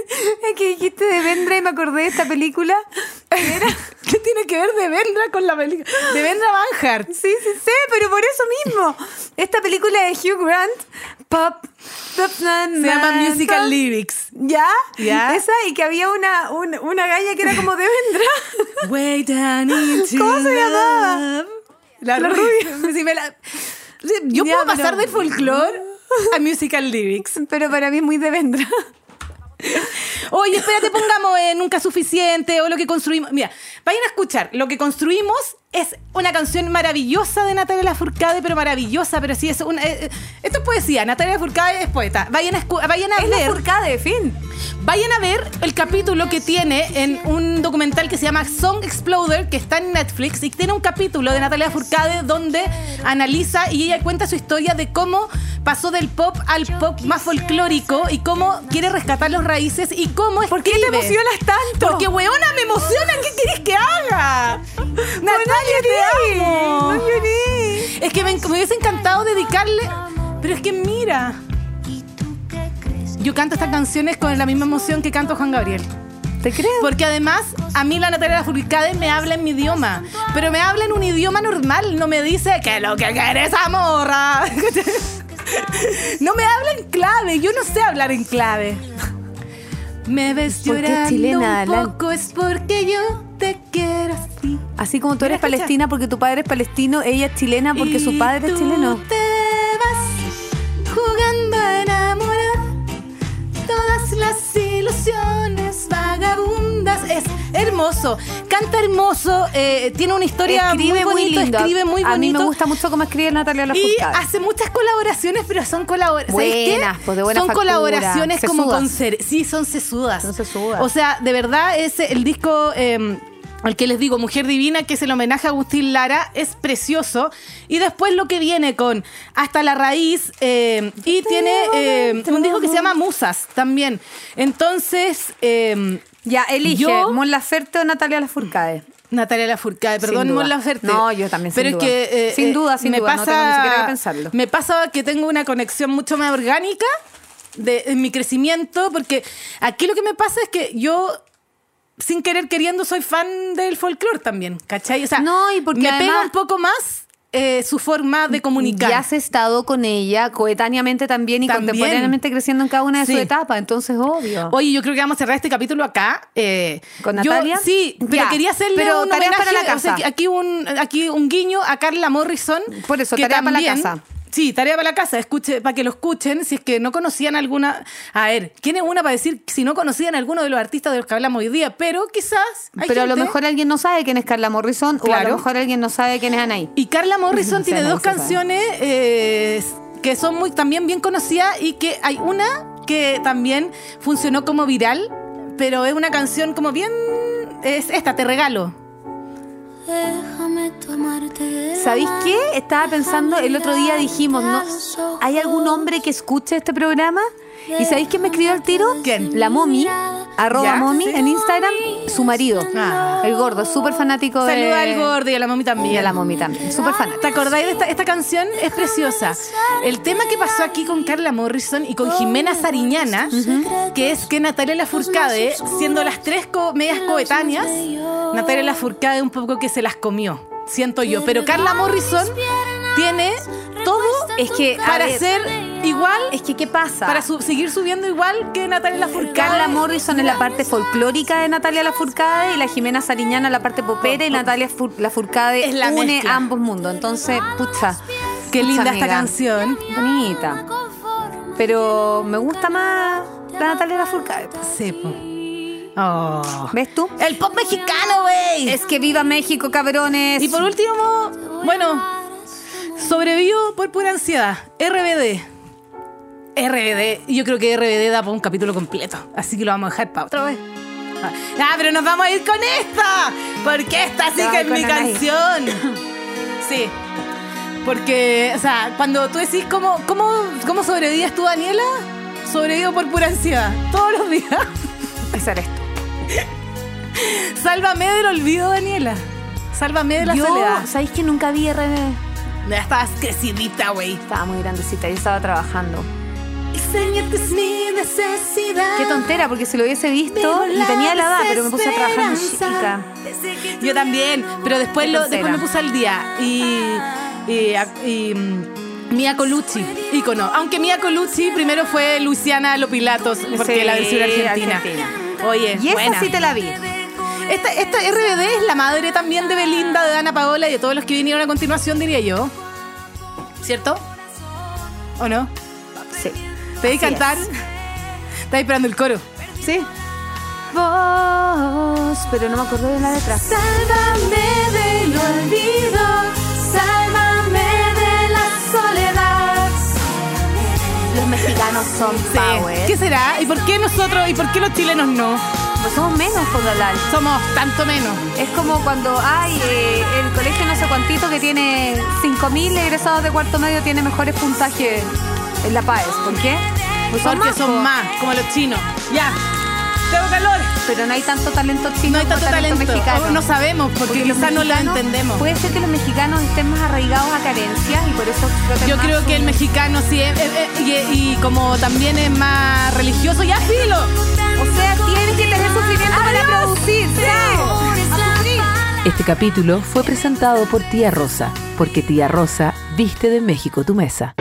[SPEAKER 2] es que dijiste de Vendra y me acordé de esta película. Era...
[SPEAKER 3] ¿Qué tiene que ver Devendra con la película? Devendra Banhart.
[SPEAKER 2] Sí, sí, sí, pero por eso mismo. Esta película de Hugh Grant, Pop, Pop,
[SPEAKER 3] Se llama Musical Lyrics.
[SPEAKER 2] ¿Ya?
[SPEAKER 3] ¿Ya?
[SPEAKER 2] Esa y que había una, un- una galla que era como de Vendra.
[SPEAKER 3] Way down into
[SPEAKER 2] ¿Cómo se llamaba?
[SPEAKER 3] love. La,
[SPEAKER 2] La
[SPEAKER 3] rubia. Sí, me la- Sí, Yo
[SPEAKER 2] Ya,
[SPEAKER 3] puedo
[SPEAKER 2] pero-
[SPEAKER 3] pasar de folclore a musical lyrics.
[SPEAKER 2] Pero para mí es muy de Vendra.
[SPEAKER 3] Oye, espérate, pongamos eh, Nunca Suficiente o lo que construimos. Mira, vayan a escuchar. Lo que construimos es una canción maravillosa de Natalia Lafourcade, pero maravillosa, pero sí es una... eh, eh, esto es poesía, Natalia Lafourcade es poeta. Vayan a, escu- vayan a
[SPEAKER 2] Es la
[SPEAKER 3] leer.
[SPEAKER 2] furcada de fin.
[SPEAKER 3] Vayan a ver el capítulo que tiene en un documental que se llama Song Exploder, que está en Netflix, y tiene un capítulo de Natalia Furcade donde analiza y ella cuenta su historia de cómo pasó del pop al pop más folclórico y cómo quiere rescatar los raíces y cómo escribe.
[SPEAKER 2] ¿Por qué te emocionas tanto?
[SPEAKER 3] Porque, weona, me emociona. ¿Qué quieres que haga? Natalia, te amo.
[SPEAKER 2] No lloré.
[SPEAKER 3] Es que me, me hubiese encantado dedicarle. Pero es que mira. Yo canto estas canciones con la misma emoción que canto Juan Gabriel.
[SPEAKER 2] ¿Te creo?
[SPEAKER 3] Porque además, a mí la Natalia Lafourcade me habla en mi idioma. Pero me habla en un idioma normal. No me dice que lo que querés, amorra. No me habla en clave. Yo no sé hablar en clave. Me ves
[SPEAKER 2] ¿Por qué
[SPEAKER 3] llorando
[SPEAKER 2] chilena,
[SPEAKER 3] un
[SPEAKER 2] Alan?
[SPEAKER 3] poco. Es porque yo te quiero así.
[SPEAKER 2] Así como tú
[SPEAKER 3] Mira,
[SPEAKER 2] eres
[SPEAKER 3] escucha.
[SPEAKER 2] palestina porque tu padre es palestino, ella es chilena porque su
[SPEAKER 3] Y
[SPEAKER 2] padre es
[SPEAKER 3] tú
[SPEAKER 2] chileno.
[SPEAKER 3] Te vas jugando a enamorar todas las ilusiones vagabundas. Es hermoso, canta hermoso, eh, tiene una historia
[SPEAKER 2] Escribe
[SPEAKER 3] muy bonita,
[SPEAKER 2] lindo.
[SPEAKER 3] escribe muy bonito.
[SPEAKER 2] A mí me gusta mucho cómo escribe Natalia
[SPEAKER 3] Y
[SPEAKER 2] Lafourcade.
[SPEAKER 3] hace muchas colaboraciones, pero son colaboraciones.
[SPEAKER 2] Buenas, pues, de buena
[SPEAKER 3] Son
[SPEAKER 2] factura,
[SPEAKER 3] colaboraciones como
[SPEAKER 2] sesudas.
[SPEAKER 3] con ser- Sí, son sesudas.
[SPEAKER 2] Son sesudas.
[SPEAKER 3] O sea, de verdad, es el disco. eh, al que les digo, Mujer Divina, que es el homenaje a Agustín Lara, es precioso. Y después lo que viene con Hasta la Raíz, eh, y tiene eh, un disco que se llama Musas también. Entonces, eh,
[SPEAKER 2] Ya, elige
[SPEAKER 3] Yo-
[SPEAKER 2] Mon Laferte o Natalia Lafourcade.
[SPEAKER 3] Natalia Lafourcade,
[SPEAKER 2] Sin
[SPEAKER 3] perdón,
[SPEAKER 2] duda.
[SPEAKER 3] Mon Laferte.
[SPEAKER 2] No, yo también, sin
[SPEAKER 3] Pero es
[SPEAKER 2] duda.
[SPEAKER 3] que eh,
[SPEAKER 2] Sin
[SPEAKER 3] eh,
[SPEAKER 2] duda, sin
[SPEAKER 3] me
[SPEAKER 2] duda, no
[SPEAKER 3] pasa,
[SPEAKER 2] tengo ni siquiera que pensarlo.
[SPEAKER 3] Me pasa que tengo una conexión mucho más orgánica de en mi crecimiento, porque aquí lo que me pasa es que yo sin querer queriendo soy fan del folclore también, ¿cachai? O sea,
[SPEAKER 2] No, y porque
[SPEAKER 3] me pega
[SPEAKER 2] además-
[SPEAKER 3] un poco más eh, su forma de comunicar.
[SPEAKER 2] Ya has estado con ella coetáneamente también y
[SPEAKER 3] También.
[SPEAKER 2] contemporáneamente creciendo en cada una de
[SPEAKER 3] Sí.
[SPEAKER 2] sus etapas, entonces obvio.
[SPEAKER 3] Oye, yo creo que vamos a cerrar este capítulo acá. eh,
[SPEAKER 2] ¿Con
[SPEAKER 3] yo-
[SPEAKER 2] Natalia?
[SPEAKER 3] sí, pero
[SPEAKER 2] Ya,
[SPEAKER 3] quería hacerle
[SPEAKER 2] pero
[SPEAKER 3] un
[SPEAKER 2] tarea
[SPEAKER 3] homenaje,
[SPEAKER 2] para la
[SPEAKER 3] o sea,
[SPEAKER 2] casa.
[SPEAKER 3] que aquí un aquí un guiño a Carla Morrison.
[SPEAKER 2] Por eso,
[SPEAKER 3] que
[SPEAKER 2] tarea para la
[SPEAKER 3] también-
[SPEAKER 2] casa.
[SPEAKER 3] Sí, tarea para la casa, escuche, para que lo escuchen, si es que no conocían alguna. A ver, ¿quién es una para decir si no conocían alguno de los artistas de los que hablamos hoy día? Pero quizás. hay
[SPEAKER 2] Pero a lo
[SPEAKER 3] gente-
[SPEAKER 2] mejor alguien no sabe quién es Carla Morrison o a
[SPEAKER 3] Claro.
[SPEAKER 2] lo mejor alguien no sabe quién es Anaí.
[SPEAKER 3] Y Carla Morrison
[SPEAKER 2] O sea,
[SPEAKER 3] tiene
[SPEAKER 2] no
[SPEAKER 3] dos
[SPEAKER 2] se sabe.
[SPEAKER 3] canciones eh, que son muy también bien conocidas y que hay una que también funcionó como viral, pero es una canción como bien es esta, te regalo.
[SPEAKER 5] Déjame tomarte de la
[SPEAKER 2] ¿Sabéis qué?
[SPEAKER 5] mano,
[SPEAKER 2] Estaba pensando, el otro día dijimos, ¿no? ¿hay algún hombre que escuche este programa? ¿Y sabéis quién me escribió al tiro?
[SPEAKER 3] ¿Quién?
[SPEAKER 2] La momi, arroba
[SPEAKER 3] ¿Ya?
[SPEAKER 2] momi
[SPEAKER 3] Sí.
[SPEAKER 2] en Instagram, su marido.
[SPEAKER 3] Ah.
[SPEAKER 2] El gordo, súper fanático de...
[SPEAKER 3] Saluda al gordo y a la mami
[SPEAKER 2] Y
[SPEAKER 3] también.
[SPEAKER 2] a la momi también, súper
[SPEAKER 3] ¿Te
[SPEAKER 2] fanático.
[SPEAKER 3] acordáis de esta, esta canción? Es preciosa. El tema que pasó aquí con Carla Morrison y con Jimena Sariñana, que es que Natalia Lafourcade, siendo las tres co- medias coetáneas, Natalia Lafourcade un poco que se las comió, siento yo. Pero Carla Morrison tiene todo
[SPEAKER 2] Es que, a
[SPEAKER 3] para
[SPEAKER 2] ver,
[SPEAKER 3] ser igual,
[SPEAKER 2] Es que, ¿qué pasa?
[SPEAKER 3] para su- seguir subiendo igual que Natalia
[SPEAKER 2] Carla
[SPEAKER 3] Lafourcade.
[SPEAKER 2] Morrison es la parte folclórica de Natalia Lafourcade y la Jimena Sariñana la parte popera y Natalia Fur- Lafourcade
[SPEAKER 3] Es la
[SPEAKER 2] une
[SPEAKER 3] mezcla.
[SPEAKER 2] ambos mundos. Entonces, pucha,
[SPEAKER 3] Qué
[SPEAKER 2] pucha,
[SPEAKER 3] linda esta
[SPEAKER 2] amiga.
[SPEAKER 3] canción.
[SPEAKER 2] Bonita. Pero me gusta más la Natalia Lafourcade. pues.
[SPEAKER 3] Sepo. Oh.
[SPEAKER 2] ¿Ves tú?
[SPEAKER 3] El pop mexicano, güey.
[SPEAKER 2] Es que viva México, cabrones.
[SPEAKER 3] Y por último, bueno, sobrevivo por pura ansiedad. RBD. RBD, yo creo que RBD da para un capítulo completo, así que lo vamos a dejar para otra vez. Ah, ah, pero nos vamos a ir con esta, porque esta sí
[SPEAKER 2] Te vas
[SPEAKER 3] que
[SPEAKER 2] a
[SPEAKER 3] es
[SPEAKER 2] ir
[SPEAKER 3] mi
[SPEAKER 2] con Anaí.
[SPEAKER 3] canción. Sí. Porque, o sea, cuando tú decís cómo, cómo, cómo sobrevivías tú, Daniela, sobrevivo por pura ansiedad, todos los días.
[SPEAKER 2] Esa eres tú.
[SPEAKER 3] Sálvame del olvido, Daniela. Sálvame de la soledad.
[SPEAKER 2] ¿sabéis que nunca vi RBD?
[SPEAKER 3] Ya estabas crecidita, güey.
[SPEAKER 2] Estaba muy grandecita, yo estaba trabajando.
[SPEAKER 3] Extrañarte es mi necesidad.
[SPEAKER 2] Qué tontera, porque si lo hubiese visto, y tenía la edad, pero me puse a trabajar muy chica.
[SPEAKER 3] Yo también, pero después,
[SPEAKER 2] Qué
[SPEAKER 3] lo,
[SPEAKER 2] tontera.
[SPEAKER 3] después me puse al día. Y. y, y, mm, Mia Colucci, ícono. Aunque Mia Colucci primero fue Luciana Lopilatos, porque
[SPEAKER 2] Sí,
[SPEAKER 3] la versión argentina.
[SPEAKER 2] argentina.
[SPEAKER 3] Oye,
[SPEAKER 2] Y esa
[SPEAKER 3] buena.
[SPEAKER 2] sí te la vi.
[SPEAKER 3] Esta, esta RBD es la madre también de Belinda, de Ana Paola y de todos los que vinieron a continuación, diría yo. ¿Cierto? ¿O no?
[SPEAKER 2] Sí.
[SPEAKER 3] ¿Te di
[SPEAKER 2] Así
[SPEAKER 3] cantar?
[SPEAKER 2] es.
[SPEAKER 3] Estás esperando el coro.
[SPEAKER 2] Sí. Vos, pero no me acuerdo de la letra.
[SPEAKER 5] Sálvame del olvido, sálvame de la soledad.
[SPEAKER 2] Los mexicanos son power.
[SPEAKER 3] ¿Qué será? ¿Y por qué nosotros y por qué los chilenos no?
[SPEAKER 2] No Pues somos menos por hablar.
[SPEAKER 3] Somos tanto menos.
[SPEAKER 2] Es como cuando hay el colegio no sé cuántito que tiene 5.000 egresados de cuarto medio tiene mejores puntajes en la PAES. ¿Por qué? Pues son
[SPEAKER 3] porque
[SPEAKER 2] más, po.
[SPEAKER 3] son más, como los chinos. Ya. Tengo calor.
[SPEAKER 2] Pero no hay tanto talento chino
[SPEAKER 3] No hay tanto talento.
[SPEAKER 2] mexicano.
[SPEAKER 3] O No sabemos, porque,
[SPEAKER 2] los
[SPEAKER 3] quizás no la
[SPEAKER 2] mexicanos-
[SPEAKER 3] entendemos.
[SPEAKER 2] Puede ser que los mexicanos estén más arraigados a carencias y por eso explotan
[SPEAKER 3] Yo
[SPEAKER 2] más
[SPEAKER 3] creo
[SPEAKER 2] su-
[SPEAKER 3] que el mexicano sí es, es- es- y, y como también es más religioso, ya filo.
[SPEAKER 2] O sea, tienen que tener sufrimiento para producir. Sí. A sufrir.
[SPEAKER 1] Este capítulo fue presentado por Tía Rosa, porque Tía Rosa viste de México tu mesa.